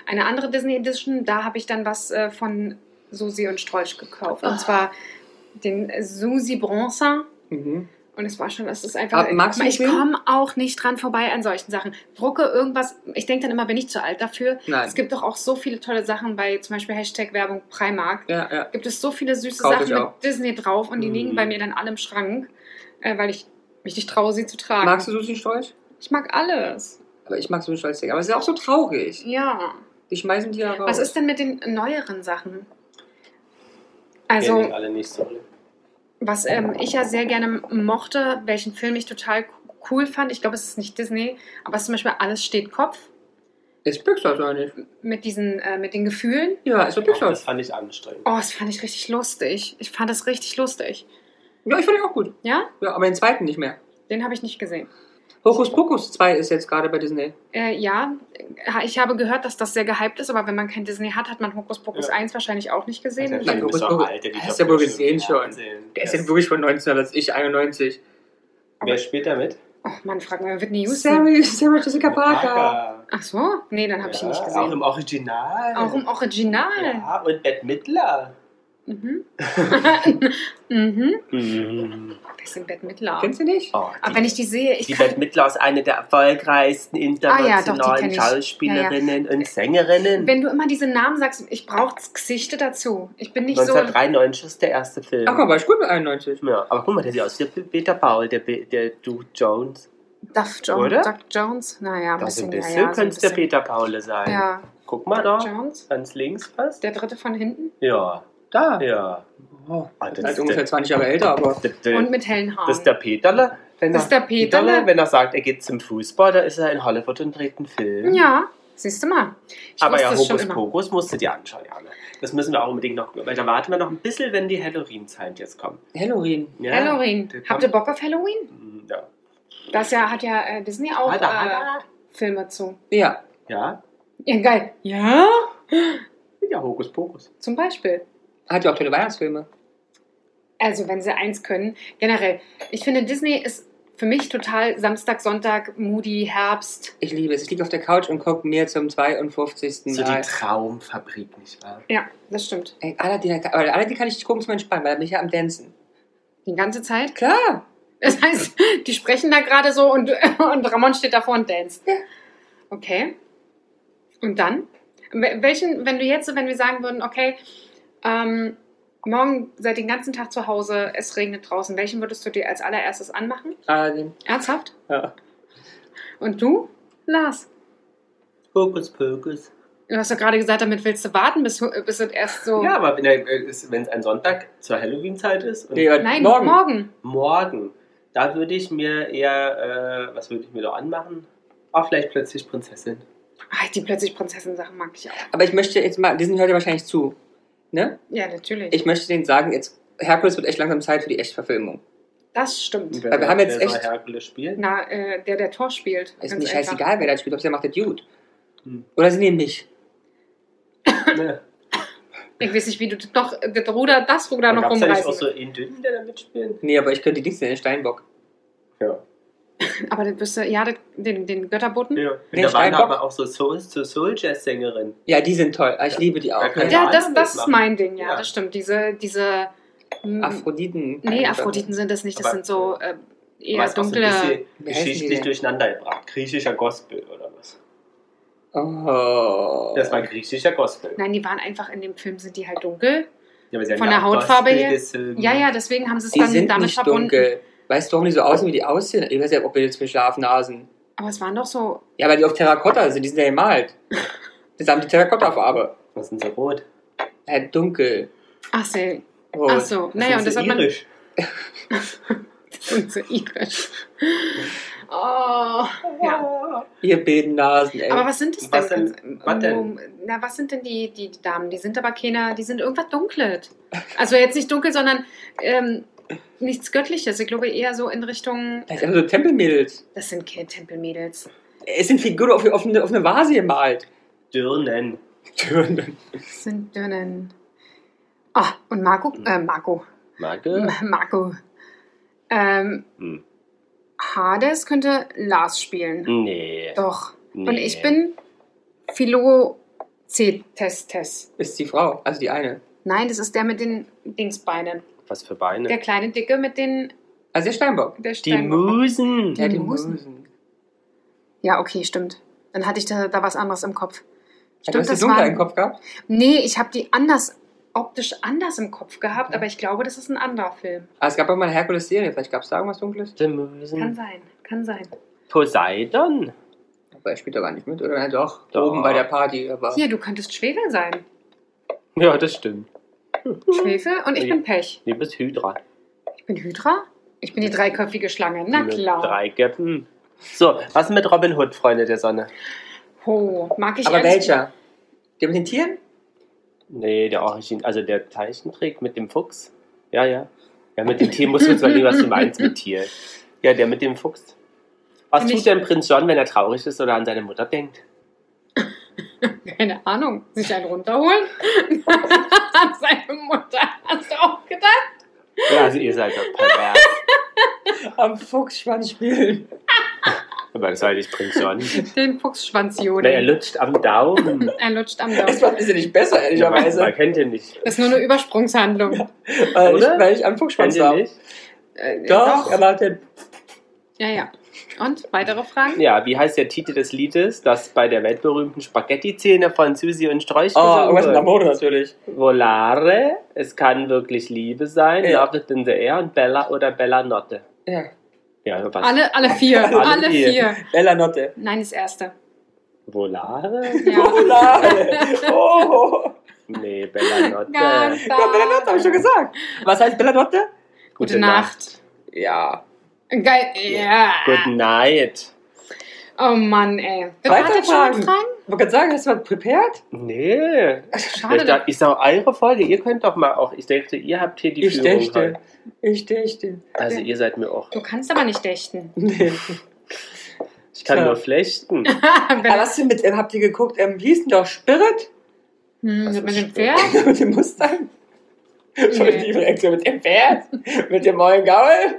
eine andere Disney Edition. Da habe ich dann was äh, von Susi und Strolch gekauft.
Ah.
Und zwar den Susi Bronzer.
Mhm.
Und es war schon, es ist einfach.
Aber magst du
ich
den?
komme auch nicht dran vorbei an solchen Sachen. Drucke irgendwas. Ich denke dann immer, bin ich zu alt dafür.
Nein.
Es gibt doch auch so viele tolle Sachen bei zum Beispiel Hashtag Werbung Primark
ja, ja.
gibt es so viele süße
Kauf ich
Sachen mit
auch. Mm.
Disney drauf und die
Mhm.
liegen bei mir dann alle im Schrank, äh, weil ich mich nicht traue, sie zu tragen.
Magst du Susi Stolz?
Ich mag alles.
Aber ich mag Susi Stolz nicht. Aber es ist auch so traurig.
Ja.
Die schmeißen die ja raus.
Was ist denn mit den neueren Sachen?
Also,
Also,
die alle nicht so.
was ähm, ich ja sehr gerne mochte, welchen Film ich total cool fand, ich glaube, es ist nicht Disney, aber es ist zum Beispiel Alles steht Kopf
Ist Pixar so nicht?
mit, diesen, äh, mit den Gefühlen.
Ja, ist doch
Auch
Pixar.
das fand ich anstrengend.
Oh, das fand ich richtig lustig. Ich fand das richtig lustig.
Ja, ich fand ihn auch gut.
Ja?
Ja, aber den zweiten nicht mehr.
Den habe ich nicht gesehen.
Hokus Pokus 2 ist jetzt gerade bei Disney.
Äh, ja, ich habe gehört, dass das sehr gehypt ist, aber wenn man kein Disney hat, hat man Hokus Pokus
Ja.
1 wahrscheinlich auch nicht gesehen.
Der
Ja,
Film
Hokus
ist auch
Pokus.
alt, der lief
Hast
doch
du wohl
bestimmt
gesehen
im
schon.
Fernsehen.
Der ist jetzt wirklich von 1991, 91.
Wer spielt damit?
Oh Mann, frag mal, Whitney Houston.
Sarah, Sarah Jessica Parker.
Ach so? Nee, dann habe ich ihn nicht
Auch
gesehen.
im Original.
Auch im Original.
Ja, und Bette Midler.
Mhm. mhm. Wir sind Bette Midler.
Kennst du nicht?
Oh,
Aber Ah, wenn
die
ich die sehe, ich
die
kann,
Bette Midler ist eine der erfolgreichsten
Ah ja, doch, die
internationalen
kenn ich.
Schauspielerinnen und Sängerinnen.
wenn du immer diese Namen sagst, ich brauche Gesichte dazu. Ich bin nicht so.
1993 ist der erste Film.
Ach komm, war ich gut mit 91.
Ja, aber guck mal, der sieht aus wie Peter Paul, der, Be- der Duke Jones.
Duff Jones.
Oder?
Duck Jones? Naja, ein
Das ein
bisschen.
bisschen
ja, ja, so ein
könnte es der
bisschen.
Peter Paul sein.
Ja.
Guck mal
Duck
da,
Jones?
ganz links was.
Der dritte von hinten?
Ja,
Da.
ja.
Oh,
Ah, das
halt
ist
ungefähr
der-
20 Jahre älter, aber.
Das, das,
Und mit hellen Haaren.
das ist der Peterle. Wenn
Das ist der Peterle.
Wenn er sagt, er geht zum Fußball, da ist er in Hollywood und dreht einen Film.
Ja, siehst du mal. Ich
Aber
wusste
ja,
es schon
Hokus
immer.
Pokus musstet ihr anschauen, Jana. Das müssen wir auch unbedingt noch. Weil da warten wir noch ein bisschen, wenn die Halloween-Zeit jetzt kommt.
Halloween.
Ja?
Halloween.
Der
Habt
kommt-
ihr Bock auf Halloween?
Mm, Ja.
Das ja, hat ja äh, Disney auch
Hat er, hat
äh, Filme zu.
Ja.
Ja,
Ja, geil. Ja?
ja, Hokus Pokus.
Zum Beispiel.
Hat ja auch tolle Weihnachtsfilme.
Also, wenn sie eins können. Generell, ich finde, Disney ist für mich total Samstag, Sonntag, Moody, Herbst.
Ich liebe es. Ich liege auf der Couch und gucke mir zum 52.
So die
Mal.
Traumfabrik, nicht wahr?
Ja, das stimmt.
Ey, Aladdin, aber Aladdin kann ich gucken zum Entspannen, weil er mich ja am Dancen.
Die ganze Zeit.
Klar.
Das heißt, die sprechen da gerade so und, und Ramon steht davor und danst.
Ja.
Okay. Und dann? Wel- Welchen, wenn du jetzt, wenn wir sagen würden, okay, ähm, morgen seid den ganzen Tag zu Hause, es regnet draußen, welchen würdest du dir als allererstes anmachen?
Aladdin.
Ernsthaft?
Ja.
Und du? Lars.
Hokus Pokus.
Du hast doch gerade gesagt, damit willst du warten, bis, bis es erst
Oh.
so.
Ja, aber wenn er- es- wenn es ein Sonntag zur Halloween-Zeit ist und
Nee,
Nein, morgen.
morgen.
morgen.
morgen, da würde ich mir eher, äh, was würde ich mir da anmachen? Auch vielleicht plötzlich Prinzessin.
Ach, die plötzlich Prinzessin-Sachen mag ich auch.
Aber ich möchte jetzt mal, diesen hört ja wahrscheinlich zu. Ne?
Ja, natürlich.
Ich möchte denen sagen, jetzt, Herkules wird echt langsam Zeit für die Echtverfilmung.
das stimmt.
Wer-
Aber wir haben jetzt
wer soll
echt-
Herkules spielen.
Na, äh, der, der Tor spielt.
Ist
ganz
mir
einfach.
scheißegal, wer das spielt, ob es der macht, der Dude.
Hm.
Oder sie nehmen mich.
Ne.
Ich weiß nicht, wie du das noch das Ruder, das Ruder
Da
noch
gab es ja nicht
rumreißen.
auch so einen Dünnen, der da mitspielen?
Nee, aber ich könnte die Dings nennen, Steinbock.
Ja.
Aber das bist du, ja, das, den, den Götterboten. Ja,
ja.
Nee,
da waren
Steinbock.
aber auch so Soul, so Soul Jazz Sängerin.
Ja, die sind toll. Ah, Ich liebe die auch.
Ja,
Ja.
ja,
das,
das
das ist
machen.
mein Ding, ja,
Ja.
das stimmt. Diese, diese. m,
Aphroditen.
nee, Aphroditen sind das nicht, das
Aber-
sind so äh,
Aber
eher
ist auch so ein
dunkle.
bisschen
Wie heißen die
geschichtlich
denn?
durcheinander gebracht. Griechischer Gospel oder was?
Oh.
Das war griechischer Gospel.
Nein, die waren einfach in dem Film, sind die halt dunkel.
Ja, aber sie haben
Von
ja
der
auch
Hautfarbe
Gospel
her?
gesungen.
Ja, ja, deswegen haben sie es
Die
dann
sind
damit
nicht
verbunden.
dunkel. Weißt du, warum die so aussehen, wie die aussehen? Ich weiß ja, ob wir jetzt mit Schlafnasen.
Aber es waren doch so.
Ja, weil die auf Terrakotta sind, die sind ja gemalt. Das haben die Terrakotta-Farbe.
Was sind so rot?
Ja, dunkel.
Ach, so.
Oh.
Ach so. Naja, und
sind
das
so
hat man.
irisch.
Und so irisch. Oh. Ja.
Ihr bilden Nasen, ey.
Aber was sind es
Äh,
denn?
Was denn? Was denn?
Mo- Na, was sind denn die, die Damen? Die sind aber keiner, die sind irgendwas Dunkles. Also jetzt nicht dunkel, sondern ähm, nichts Göttliches. Ich glaube eher so in Richtung,
das sind einfach so Tempelmädels.
das sind keine Tempelmädels.
Es sind Figuren auf, auf, eine, auf eine Vase gemalt.
Dirnen.
Türen.
Das sind Dirnen. Ah, und Marco, äh, Marco,
Marke?
Marco. Ähm,
Hm.
Hades könnte Lars spielen.
Nee.
Doch.
nee.
Und ich bin E Philo-C-Test-Test.
Ist die Frau, also die eine.
Nein, das ist der mit den Dingsbeinen.
Was für Beine?
Der kleine Dicke mit den
Also der Steinbock.
der ne?
die
Stein-
Musen.
Die Musen. Ja, okay, stimmt. Dann hatte ich da, da was anderes im Kopf.
Ja, du hast die
das
dunkle
waren-
im Kopf gehabt?
Nee, ich habe die anders, optisch anders im Kopf gehabt, aber ich glaube, das ist ein anderer Film.
Ah, es gab auch mal eine Herkules-Serie. Vielleicht gab es da irgendwas Dunkles.
Die
Kann
Hm.
Musen.
sein, kann sein.
Poseidon.
Aber er spielt doch gar nicht mit, oder? Ja, doch.
Doch.
Oben bei der Party. Aber
Hier, du könntest Schwefel sein.
Ja, das stimmt.
Hm.
Schwefel und ich
Ja.
bin Pech.
Du bist Hydra.
Ich bin Hydra. Ich bin die dreiköpfige Schlange. Na
Mit
klar.
Drei Göppen. So, was mit Robin Hood, Freunde der Sonne?
Oh, mag ich
aber
ehrlich-
welcher? Der mit den Tieren?
Nee, der Origin, also der Zeichentrick mit dem Fuchs. Ja, ja. Ja, mit dem Tier musst du jetzt überlegen, was du meinst mit Tier. Ja, der mit dem Fuchs. Was
Find ich-
tut denn Prinz John, wenn er traurig ist oder an seine Mutter denkt?
Keine Ahnung. Sich einen runterholen? An Seine Mutter. Hast du auch gedacht?
Ja, also ihr seid doch pervers.
Am Fuchsschwanz spielen.
Aber das war nicht Prinz John.
Den Fuchsschwanz
Na, er
Jodi.
lutscht am Daumen.
Er lutscht am
Das
Daumen.
macht es ja nicht besser,
Ja, man,
ehrlicherweise.
man kennt ihn nicht.
Das ist nur eine Übersprungshandlung.
weil, ich,
Oder?
weil ich am Fuchsschwanz
Kennt ihr
war.
nicht?
Äh,
Doch, er war halt der.
Ja, ja. Und weitere Fragen?
Ja, wie heißt der Titel des Liedes, das bei der weltberühmten Spaghetti-Szene von Susi und Sträuch
Oh, was
gesungen
mit
wird?
Amore natürlich.
Volare, es kann wirklich Liebe sein,
Ja.
Love it in the air und Bella oder Bella Notte.
Ja.
Ja, was?
Alle, alle vier.
Alle
Alle,
vier.
vier.
Bella Notte.
Nein, das erste.
Volare?
Ja.
Hola. Oh.
Nee, Bella Notte.
Ganz
Ja, Bella Notte, habe ich schon gesagt. Was heißt Bella Notte?
Gute Nacht.
Ja.
Geil. Ja.
Good night.
Oh Mann, ey. Das
Weitere
war jetzt schon
Fragen?
mit Fragen?
Ich wollte gerade sagen, hast du was prepared?
Nee. Ich,
Schade.
dachte, ist auch eure Folge. Ihr könnt doch mal auch. Ich dachte, ihr habt hier die
Ich
Führung. halt.
dächte.
heute.
Ich dächte.
Also ihr seid mir auch.
Du kannst aber nicht dächten.
Nee.
Ich kann
Tja.
nur flechten.
Aber was denn mit, ähm, habt ihr geguckt, ähm, wie hieß denn doch Spirit?
Hm,
Das
mit
ist
dem
schön.
Pferd?
mit dem Mustang? Voll
Nee.
die Reaktion mit dem Pferd? Mit dem neuen Gaul?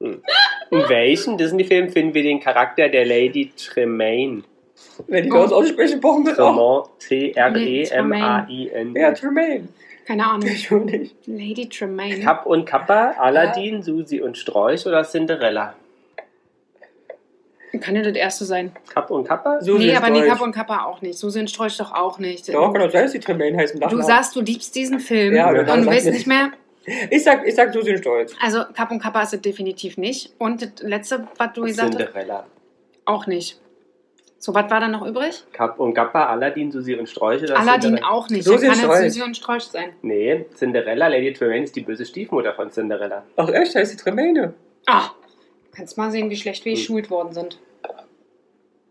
In welchem Disney-Film finden wir den Charakter der Lady Tremaine?
Wenn die bei uns aussprechen, brauchen
Oh.
wir auch.
Tremaine, E
Ja,
T-R-E-M-A-I-N.
Tremaine.
Keine Ahnung.
Ich auch nicht.
Lady Tremaine.
Kapp und Kappa, Aladdin, Susi und Strolch oder Cinderella?
Kann ja das erste sein.
Kapp und Kappa?
So
nee,
sind's
aber nee,
euch.
Kapp und Kappa auch nicht. So sind Strolch doch auch nicht.
Doch, kann auch sein, dass die Tremaine heißen.
du
Nachnamen.
sagst, du liebst diesen Film
Ja,
aber
und
dann sag
weißt nicht
nicht.
mehr.
Ich sag, ich sag Susi und Stolz.
Also Kapp und Kappa ist es definitiv nicht. Und das letzte, was du gesagt hast,
Cinderella.
auch nicht. So, was war dann noch übrig?
Kapp und Kappa, Aladdin, Susi und Strolch oder
Aladdin
Cinderella?
auch nicht.
So
Dann
sind
kann jetzt
Strolch.
Susi und Strolch sein.
Nee, Cinderella, Lady Tremaine ist die böse Stiefmutter von Cinderella.
Ach echt, heißt die Tremaine.
Ah, kannst mal sehen, wie schlecht wir
Hm.
geschult worden sind.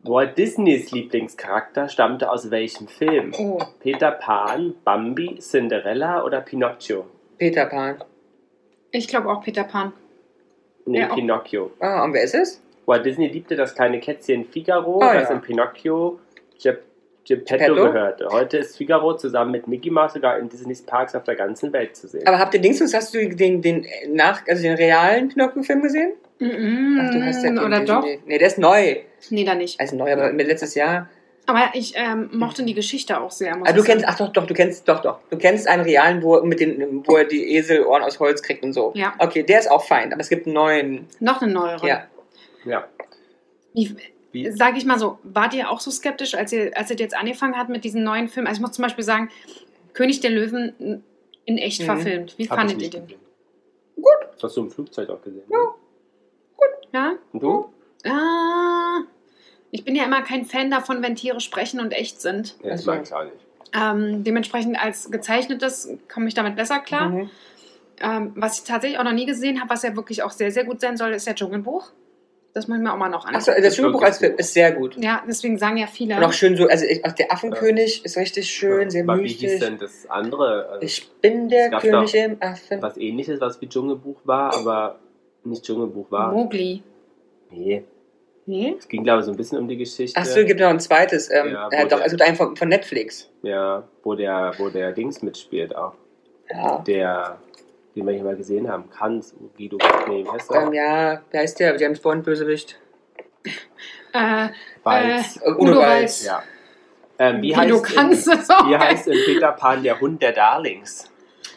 Walt Disneys Lieblingscharakter stammte aus welchem Film?
Oh,
Peter Pan, Bambi, Cinderella oder Pinocchio?
Peter Pan.
ich glaube auch Peter Pan.
Nee,
Ja, auch-
Pinocchio.
Ah, und wer ist es?
Walt Disney liebte das kleine Kätzchen
Oh,
Figaro,
Ah,
das
ja.
in Pinocchio Gep- Geppetto
Geppetto?
gehörte. Heute ist Figaro zusammen mit Mickey Mouse sogar in Disneys Parks auf der ganzen Welt zu sehen.
Aber habt ihr Dingsbums, hast du den, den, äh, nach, also den realen Pinocchio-Film gesehen?
Mm -mm,
Ach, du hast ja den
oder
den-
doch?
den- Nee, der ist neu.
Nee, da nicht.
Also neu, aber mit letztes Jahr.
Aber ich ähm, mochte die Geschichte auch sehr. muss
Ah, du
ich sagen.
kennst, ach doch, doch, du kennst, doch, doch. Du kennst einen realen, wo, mit den, wo er die Eselohren aus Holz kriegt und so.
Ja.
Okay, der ist auch fein, aber es gibt einen neuen.
Noch eine neuere.
Ja.
Ja.
Wie,
Wie?
sag ich mal so, wart ihr auch so skeptisch, als ihr, als ihr jetzt angefangen habt mit diesen neuen Filmen? Also ich muss zum Beispiel sagen, König der Löwen in echt
Mhm.
verfilmt. Wie
Hab ich
fandet ihr
nicht
den?
gesehen. Gut. Das hast du im Flugzeug auch gesehen. Ja.
Ja?
Und du?
Ah, ich bin ja immer kein Fan davon, wenn Tiere sprechen und echt sind.
Ja, das
Also-
mag ich auch nicht.
Ähm, dementsprechend als gezeichnetes komme ich damit besser klar.
Mhm.
Ähm, was ich tatsächlich auch noch nie gesehen habe, was ja wirklich auch sehr, sehr gut sein soll, ist der Dschungelbuch. Das muss ich mir auch mal noch
Ach so,
anschauen.
das Schulbuch als Film ist sehr gut.
Ja, deswegen sagen ja viele.
Und auch schön so, also ich, auch der Affenkönig ist richtig schön, sehr
Aber wie hieß
mystisch.
denn das andere? Also,
Ich bin
Es
der
gab
König
doch-
im Affen.
was ähnliches, was wie Dschungelbuch war, aber nicht Dschungelbuch war.
Mowgli.
Nee.
Nee?
Es ging, glaube ich, so ein bisschen um die Geschichte.
Ach so, gibt noch ein zweites. Ähm,
Ja,
äh,
wo
doch,
der-
es gibt einen von, von Netflix.
Ja, wo der, wo der Dings mitspielt auch.
Ja.
Der, den wir hier mal gesehen haben. Hans, Guido, nee, wie heißt er?
Ähm, ja, wie heißt der? James Bond, Bösewicht.
Äh,
Walz.
Äh,
Udo Walz.
Ja. Ähm, wie,
wie
heißt
du kannst es auch.
in, wie heißt in Peter Pan der Hund der Darlings?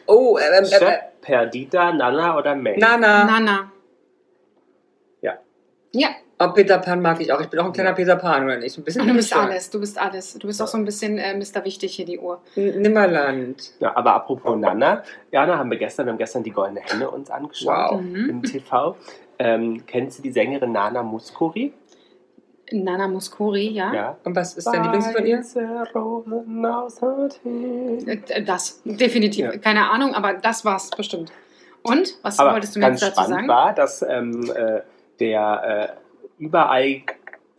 Oh, ähm, ähm, äh,
Shep, Perdita, Nana oder May?
Nana.
Nana.
Ja.
Ja,
Oh, Peter Pan mag ich auch. Ich bin auch ein kleiner Peter Pan, oder nicht? Ein bisschen
und du bist
hübscher.
alles, du bist alles. Du bist auch so ein bisschen äh, Mr. Wichtig hier, die Uhr.
N- Nimmerland.
Ja, aber apropos Nana, Jana haben wir gestern, wir haben gestern die Goldene Henne uns angeschaut
Wow.
Mhm.
im TV. Ähm, kennst du die Sängerin Nana Muskuri?
Nana Muscuri, ja.
Ja.
Und was ist dein Lieblingslied von ihr?
Weiße Rosen aus Athen.
Äh, Das, definitiv.
Ja.
Keine Ahnung, aber das war's bestimmt. Und, was
Aber
wolltest du mir
ganz
jetzt dazu
spannend
sagen?
war, dass ähm, äh, der äh, überall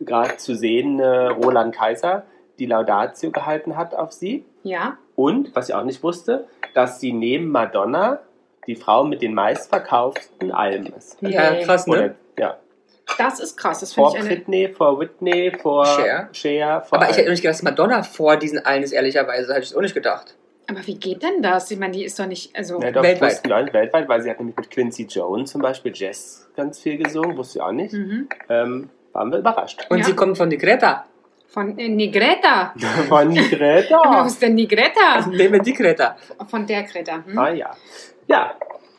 gerade zu sehende Roland Kaiser die Laudatio gehalten hat auf sie.
Ja,
Und, was ich auch nicht wusste, dass sie neben Madonna die Frau mit den meistverkauften Alben ist.
Nee.
Ja, krass,
Oder,
ne?
ja,
das ist krass. Das finde
vor
ich eine.
Britney, vor Whitney, vor
Cher.
Cher, vor
Aber ich hätte
allen.
nicht gedacht, dass Madonna vor diesen allen ist, ehrlicherweise. Hätte ich es auch nicht gedacht.
Aber wie geht denn das? Ich meine, die ist doch nicht. Also,
ja, doch,
weltweit.
weltweit. Wussten Leute, weltweit, weil sie hat nämlich mit Quincy Jones zum Beispiel Jazz ganz viel gesungen, wusste ich auch nicht.
mhm.
Ähm, waren wir überrascht.
Und
Ja.
sie kommt von Digreta.
Von äh, Negreta.
Von
Wo
Greta.
ist denn Negreta?
Neben Digreta.
Von der Greta. Hm?
Ah ja. Ja.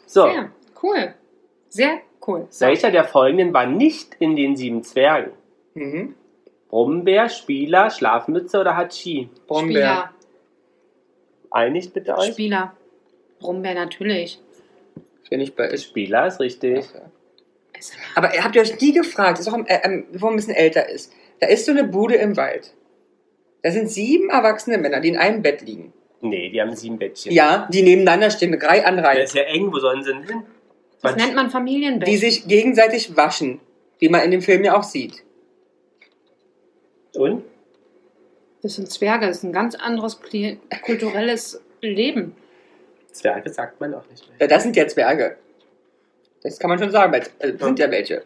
So.
Ja, cool. Sehr cool.
Also.
So.
Welcher der folgenden war nicht in den sieben Zwergen?
Mhm.
Brombeer, Spieler, Schlafmütze oder Hatschi?
Brombeer.
Einigt bitte
Spieler.
euch?
Spieler. Brombeer natürlich.
Bin ich bei. Ich
Äh, Spieler ist richtig.
Aber habt ihr euch die gefragt, ist auch im, äh, ähm, wo ein bisschen älter ist? Da ist so eine Bude im Wald. Da sind sieben erwachsene Männer, die in einem Bett liegen.
Nee, die haben sieben Bettchen.
Ja, die nebeneinander stehen, mit Reihe an
Das
Reihe.
ist ja eng, wo sollen sie denn hin?
Das
Was-
nennt man Familienbett.
Die sich gegenseitig waschen, wie man in dem Film ja auch sieht.
Und?
das sind Zwerge, das ist ein ganz anderes kli- kulturelles Leben.
Zwerge sagt man auch nicht mehr.
Ja, das sind ja Zwerge. Das kann man schon sagen, weil es äh, sind ja welche.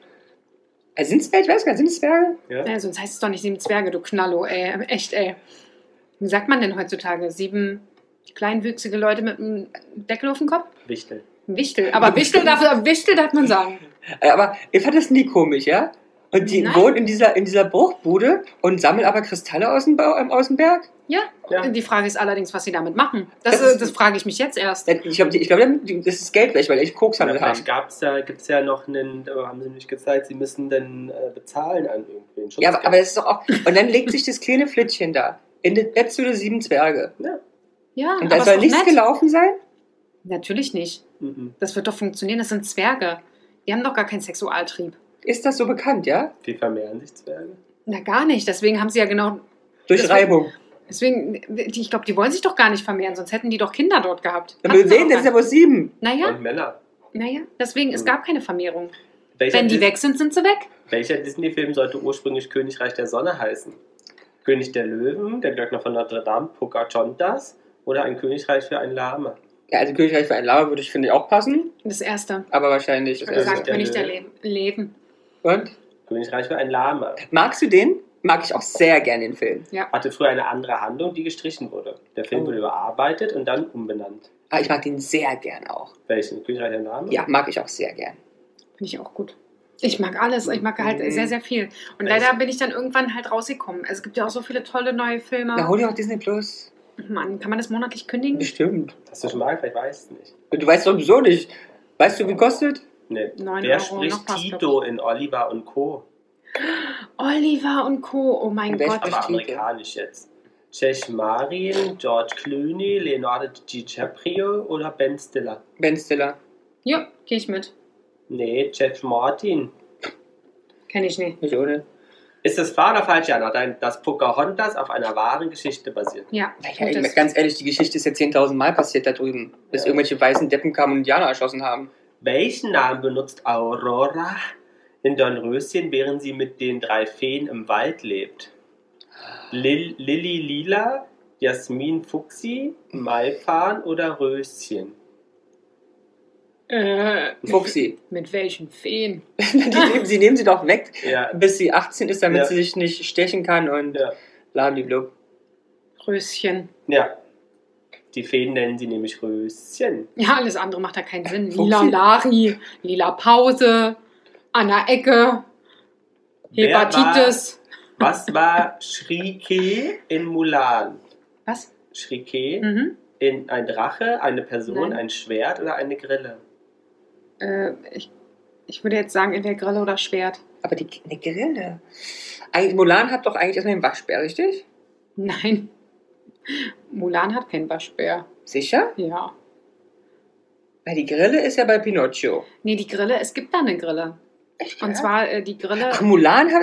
Äh, sind es welche? Ich weiß gar nicht, sind es Zwerge?
Ja?
Naja, Ne, sonst heißt es doch nicht sieben Zwerge, du Knallo, ey. Echt, ey. Wie sagt man denn heutzutage? Sieben kleinwüchsige Leute mit einem Deckel auf dem Kopf?
Wichtel.
Wichtel. Aber Wichtel darf, Wichtel darf man sagen.
Äh, Aber ihr fand das nie komisch, ja? Und die
Nein.
wohnen in dieser, in dieser Bruchbude und sammeln aber Kristalle aus dem, Bau, ähm, aus dem Berg?
Ja.
Ja.
Die Frage ist allerdings, was sie damit machen. Das,
Das ist-
äh, das frage ich mich jetzt erst.
Ich glaube, ich glaub, die- das ist Geld weg, weil ich Koks
Oder
damit haben.
vielleicht gab's ja, gibt es ja noch einen, äh, haben sie nicht gezeigt, sie müssen dann äh, bezahlen an irgendwen.
Ja, aber, aber das ist doch auch. Und dann legt sich das kleine Flittchen da in das Bett zu den sieben Zwerge.
Ja,
Und
Ah, aber
da
ist
soll
doch
nichts
nett.
gelaufen sein?
Natürlich nicht.
Mhm.
Das wird doch funktionieren. Das sind Zwerge. Die haben doch gar keinen Sexualtrieb.
Ist das so bekannt, ja?
Wie vermehren sich Zwerge?
Na, gar nicht. Deswegen haben sie ja genau.
Durch
Das-
Reibung.
Deswegen, die, ich glaube, die wollen sich doch gar nicht vermehren, sonst hätten die doch Kinder dort gehabt.
Dann
Hatten sie
sehen,
doch
das ist
gar-
aber sieben.
Naja,
Und Männer.
naja. Deswegen, es gab keine Vermehrung.
Welcher,
Wenn die
Dis-
weg sind, sind sie weg.
welcher Disney-Film sollte ursprünglich Königreich der Sonne heißen? König der Löwen, der Glöckner von Notre Dame, Pocahontas oder ein Königreich für einen Lama?
Ja, also Königreich für ein Lama würde ich, finde ich, auch passen.
Das erste. Also,
Aber wahrscheinlich.
Ich
Das
würde sagen,
erste.
der
König der
Löwe.
Leben. Leben.
Und?
Königreich für einen Lama.
Magst du den? Mag ich auch sehr gern den Film.
Hatte früher eine andere Handlung, die gestrichen wurde. Der Film
Oh.
wurde überarbeitet und dann umbenannt.
Aber Ah, ich mag den sehr gern auch.
Welchen? Königreich der Lama?
Ja, mag ich auch sehr gern.
Finde ich auch gut. Ich mag alles. Ich mag halt
Mhm.
sehr, sehr viel. Und
Ja,
leider
ich-
bin ich dann irgendwann halt rausgekommen. Es gibt ja auch so viele tolle neue
Na,
Filme.
hol dir auch Disney Plus.
Mann, kann man das monatlich kündigen?
Bestimmt.
Hast du schon mal? Vielleicht weiß es nicht.
Und du weißt doch sowieso nicht. Weißt du, wie kostet?
Nee.
Neun
Wer
Euro, noch
spricht
was, glaub
Tito in Oliver und Co.?
Oliver und Co. Oh mein
Wer
Gott.
spricht-
Aber amerikanisch jetzt. Chesh Marin, George Clooney, Leonardo DiCaprio oder Ben Stiller?
Ben Stiller.
Ja, gehe ich mit.
Nee, Jeff Martin.
Kenne ich nicht.
Nicht ohne.
Ist das wahr oder falsch, Jana, dein- dass Pocahontas auf einer wahren Geschichte basiert?
Ja,
Naja,
gut
ey,
ist.
ganz ehrlich, die Geschichte ist ja 10.000 Mal passiert da drüben. Bis irgendwelche weißen Deppen kamen und Indianer erschossen haben.
Welchen Namen benutzt Aurora in Dornröschen, während sie mit den drei Feen im Wald lebt? Lil Lilly Lila, Jasmin Fuchsi, Maifan oder Röschen?
Äh,
Fuchsi.
mit welchen Feen?
die nehmen, sie nehmen sie doch weg,
Ja,
bis sie 18 ist, damit
Ja.
sie sich nicht stechen kann und
Ja.
blablabla.
Röschen.
ja. Die Feen nennen sie nämlich Röschen.
Ja, alles andere macht da keinen Sinn.
Fuchsi.
Lila Lari, Lila Pause, Anna Ecke,
Wer war-
Hepatitis.
Was war Schrike in Mulan?
Was?
Schrike
Mhm.
in ein Drache, eine Person,
Nein.
ein Schwert oder eine Grille?
Äh, ich, ich würde jetzt sagen, entweder Grille oder Schwert.
Aber die eine Grille. Eigentlich, Mulan hat doch eigentlich erstmal den Waschbär, richtig?
Nein. Mulan hat kein Waschbär.
Sicher?
Ja.
Weil die Grille ist ja bei Pinocchio.
Nee, die Grille, es gibt da eine Grille.
Echt,
Und
ja?
zwar äh, die Grille.
Ach, Mulan hat.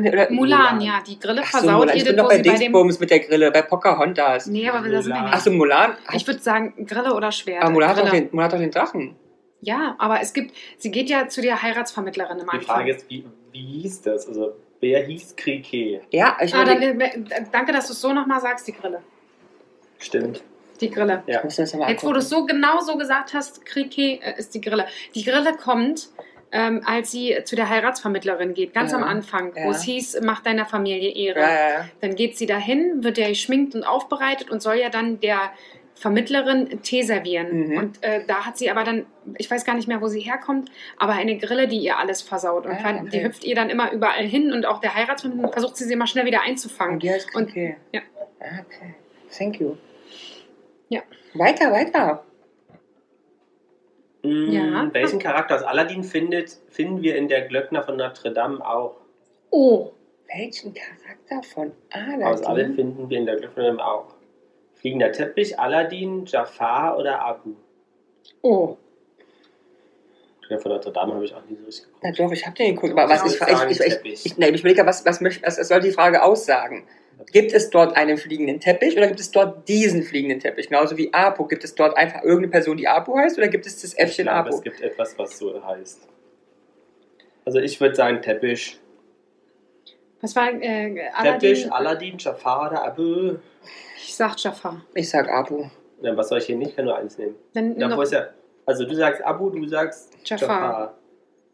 Oder,
Mulan, ja, die Grille
Ach so,
versaut
Mulan. Ich
ihr das,
bin doch
wo sie
bei
bei dem.
Dingsbums mit der Grille, bei Pocahontas.
Nee, aber wir sind ja
Mulan.
nicht.
Ach so, Mulan.
Ich würde sagen, Grille oder Schwert.
aber Mulan hat, doch
Grille.
den, Mulan hat doch den Drachen.
Ja, aber es gibt, sie geht ja zu der Heiratsvermittlerin im
Die
Anfang.
Frage ist, wie, wie hieß das? Also, wer hieß Krike?
Ja, ich
ah,
meine,
dann, äh, danke, dass du es so nochmal sagst, die Grille.
Stimmt.
Die Grille.
Ja.
Müssen wir uns nochmal
Jetzt, wo du es so genau so gesagt hast, Krike äh, ist die Grille. Die Grille kommt, ähm, als sie zu der Heiratsvermittlerin geht, ganz
Ja.
am Anfang, wo
Ja.
es hieß, mach deiner Familie Ehre.
ja, ja, ja.
Dann geht sie dahin, wird ja geschminkt und aufbereitet und soll ja dann der Vermittlerin Tee servieren.
Mhm.
Und äh, da hat sie aber dann, ich weiß gar nicht mehr, wo sie herkommt, aber eine Grille, die ihr alles versaut. Und
Ah,
ver-
okay.
die hüpft ihr dann immer überall hin und auch der Heiratsvermittlerin versucht sie sie immer schnell wieder einzufangen.
Und die heißt
Und-
Krike.
ja.
Ah, Okay. Thank you.
Ja.
Weiter, weiter.
Mm,
Ja.
Welchen Charakter aus Aladdin findet, finden wir in der Glöckner von Notre Dame auch?
Oh,
Welchen Charakter von
Aus Also, alle
Aladdin?
finden wir in der Glöckner von Notre Dame auch. Fliegender Teppich, Aladdin, Jafar oder Abu?
oh.
Glöckner von Notre Dame habe ich auch nie so richtig geguckt.
Na doch, ich habe den geguckt. Aber was
Ich
ich,
würde sagen,
ich, ich, ich,
Teppich.
ich, nein, ich überlege, was, was, möchte- was, was soll die Frage aussagen? Gibt es dort einen fliegenden Teppich oder gibt es dort diesen fliegenden Teppich? Genauso wie Apu. Gibt es dort einfach irgendeine Person, die Apu heißt oder gibt es das
Ich
Äffchen
glaube, es
Apu?
gibt etwas, was so heißt. Also ich würde sagen Teppich.
Was war äh,
Teppich,
Aladdin?
Aladdin, Jafar oder Abu.
Ich sag Jafar.
Ich sag Apu.
Na, was soll ich hier nicht? Ich kann nur eins nehmen.
Dann nimm
Da wo
noch
ist ja, also du sagst Abu, du sagst
Jafar.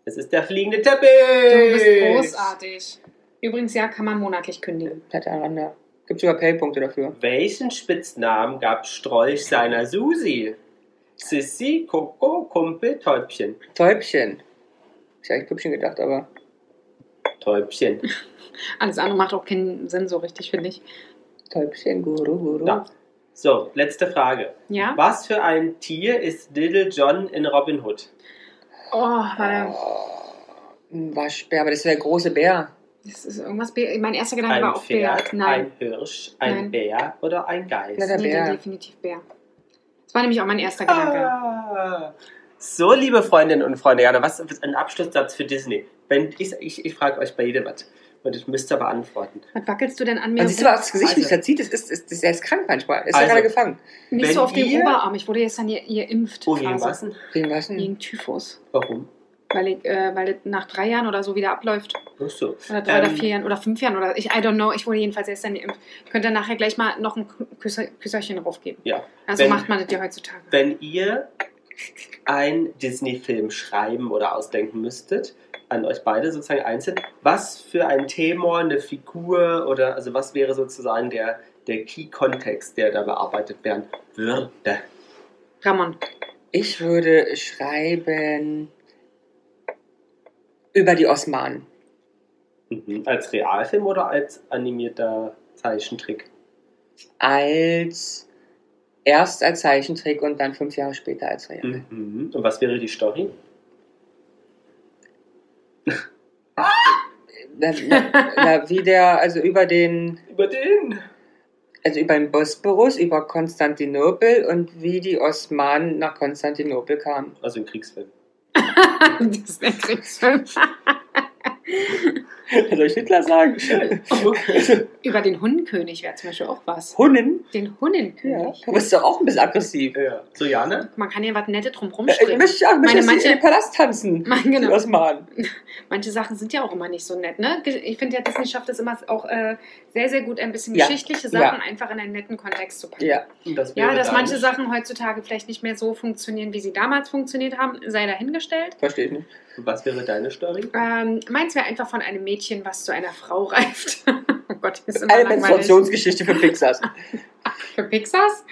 Es ist der fliegende Teppich.
Du bist großartig. Übrigens, ja, kann man monatlich kündigen.
Miteinander. Gibt sogar Paypunkte dafür.
Welchen Spitznamen gab Strolch seiner Susi? Sissi, Koko, Kumpel, Täubchen.
Täubchen. Ich habe Püppchen gedacht, aber.
Täubchen.
Alles andere macht auch keinen Sinn so richtig, finde ich.
Täubchen, Guru, Guru.
Da. So, letzte Frage.
Ja?
Was für ein Tier ist Little John in Robin Hood?
Oh, warte.
Oh, ein Waschbär, aber das ist der große Bär.
Das ist irgendwas. Bär. Mein erster Gedanke
Ein
war auch
Pferd,
Bär. Nein.
ein Hirsch, ein
Nein.
Bär oder ein
Na,
Geist?
der
Nee,
Bär.
dann definitiv Bär. Das war nämlich auch mein erster Gedanke.
Ah. So, liebe Freundinnen und Freunde, Jana, was ist ein Abschlusssatz für Disney? Wenn ich ich, ich frage euch bei jedem was und ich müsste beantworten.
Was wackelst du denn an mir?
Man sieht aber auch das Gesicht
Also-
nicht verzieht. Das ist, ist, ist, er ist krank manchmal. Ist
Also-
er gerade gefangen.
Nicht
Wenn
so auf den
ihr-
Oberarm. Ich wurde gestern hier, hier impft.
Oh, gegen
quasi.
was? denn?
Wegen was denn?
Gegen Typhus.
Warum?
Weil, ich, äh, weil das nach drei Jahren oder so wieder abläuft.
Ach so.
Oder drei
Ähm,
oder vier Jahren oder fünf Jahren oder ich, I don't know. Ich wurde jedenfalls gestern geimpft. Ich könnte nachher gleich mal noch ein Küsser, Küsserchen draufgeben.
Ja.
Also
Wenn-
macht man das ja heutzutage.
Wenn ihr einen Disney-Film schreiben oder ausdenken müsstet, an euch beide sozusagen einzeln, was für ein Thema, eine Figur oder also was wäre sozusagen der, der Key-Kontext, der da bearbeitet werden würde?
Ramon.
Ich würde schreiben über die Osmanen.
Mhm. Als Realfilm oder als animierter Zeichentrick?
Als erst als Zeichentrick und dann fünf Jahre später als Real.
Mhm. Und was wäre die Story?
Na, na, na, wie der, also über den,
Über den.
also über den Bosporus, über Konstantinopel und wie die Osmanen nach Konstantinopel kamen.
Also ein Kriegsfilm.
das ist der Kriegsfilm.
Soll ich Hitler sagen?
Über den Hundenkönig wäre zum Beispiel auch was.
Hunnen?
Den
Ja.
Hundenkönig.
Du bist doch auch ein bisschen aggressiv.
Ja. So, Jana?
Man kann ja was Nettes drum
Äh, Ich
rumstricken.
möchte auch
Äh, Meine
nicht, dass sie
manche-
in den Palast tanzen.
Man,
Die
genau.
Osmanen.
Manche Sachen sind ja auch immer nicht so nett, ne? Ge- Ich finde ja, Disney schafft es immer auch äh, sehr, sehr gut, ein bisschen
Ja.
geschichtliche
Ja.
Sachen einfach in einen netten Kontext zu packen.
Ja.
Das
Ja,
wäre
dass
dann-
manche Sachen heutzutage vielleicht nicht mehr so funktionieren, wie sie damals funktioniert haben, sei dahingestellt.
Verstehe ich nicht.
Was wäre deine Story?
Ähm, meins wäre einfach von einem Mädchen, was zu einer Frau reift. oh Gott, das ist immer
Eine
langweilig.
Menstruationsgeschichte für Pixar.
Für Pixars?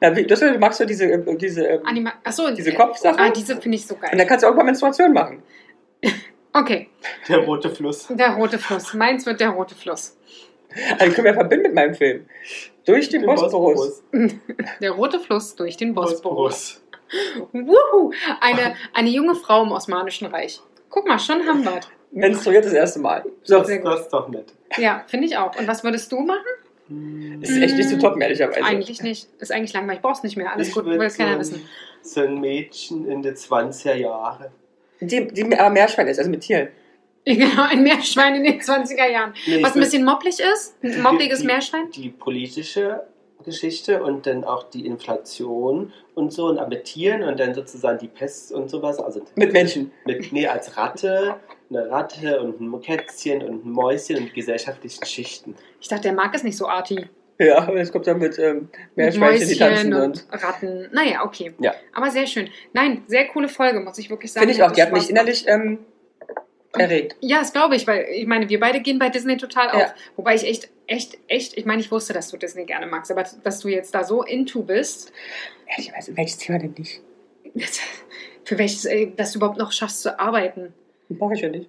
Na, wie, das, du magst du diese, äh, diese, ähm,
Anima Achso,
diese Kopfsache?
Ah, diese finde ich so
und dann
geil.
kannst du auch mal Menstruation machen.
Okay,
Der rote Fluss.
der rote Fluss. Meins wird der rote Fluss.
Also können wir verbinden mit meinem Film. Durch den Bosporus.
Der rote Fluss durch den Bosporus. Wuhu! Eine, eine junge Frau im Osmanischen Reich. Guck mal, schon haben wir.
Menstruiert das erste Mal.
Das,
Sehr gut.
das ist doch nett.
Ja, finde ich auch. Und was würdest du machen?
Mhm.
Ist echt nicht zu toppen, ehrlicherweise.
Mm, Eigentlich nicht. Ist eigentlich langweilig. Ich brauch's nicht mehr. Alles
Ich
gut,
würd
will es keiner
so-
wissen.
So ein Mädchen in den 20er Jahren.
Die, die aber Meerschwein ist, also mit Tieren.
Genau, ein Meerschwein in den 20er Jahren.
Nee, ich
Was ein
würd
bisschen mopplig ist. Ein moppliges
die-
Meerschwein.
Die politische Geschichte und dann auch die Inflation und so und aber mit Tieren und dann sozusagen die Pest und sowas. Also
Mit Menschen.
mit, nee, als Ratte, eine Ratte und ein Kätzchen und ein Mäuschen und die gesellschaftlichen Schichten.
Ich dachte, der mag es nicht so arty.
Ja, aber jetzt kommt dann mit ähm,
Mit
Meerschweinchen, die tanzen
Mäuschen
und.
und Ratten. Naja, okay.
Ja.
Aber sehr schön. Nein, sehr coole Folge, muss ich wirklich sagen.
Finde ich auch, die hat mich
Spaß gemacht.
innerlich ähm, erregt.
Ja, das glaube ich, weil ich meine, wir beide gehen bei Disney total auf.
Ja.
Wobei ich echt, echt, echt, ich meine, ich wusste, dass du Disney gerne magst, aber dass du jetzt da so into bist,
Ehrlicherweise, welches Thema denn nicht?
für welches, äh, dass du überhaupt noch schaffst zu arbeiten.
Mach ich ja nicht.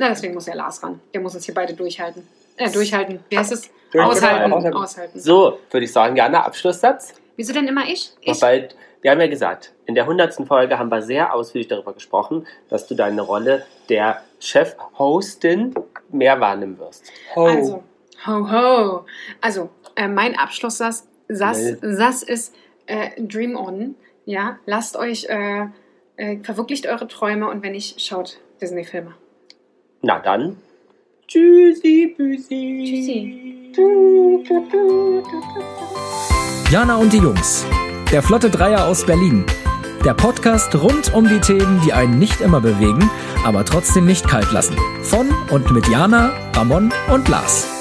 Na, deswegen muss ja Lars ran. Der muss uns hier beide durchhalten. Äh, durchhalten. Wie heißt es?
Durchhalten.
Aushalten.
genau. Aushalten.
Aushalten.
So, würde ich sagen, gerne Abschlusssatz.
Wieso denn immer ich?
Noch
Ich.
Bald, wir haben ja gesagt, in der 100. Folge haben wir sehr ausführlich darüber gesprochen, dass du deine Rolle der Chef-Hostin mehr wahrnehmen wirst.
Ho.
Also, ho, ho. Also, äh, mein Abschlusssatz Sass, Sass ist äh, Dream On. Ja, lasst euch, äh, äh, verwirklicht eure Träume und wenn nicht, schaut Disney-Filme.
Na dann. Tschüssi, büsi.
Tschüssi.
Jana und die Jungs. Der Flotte Dreier aus Berlin. Der Podcast rund um die Themen, die einen nicht immer bewegen, aber trotzdem nicht kalt lassen. Von und mit Jana, Ramon und Lars.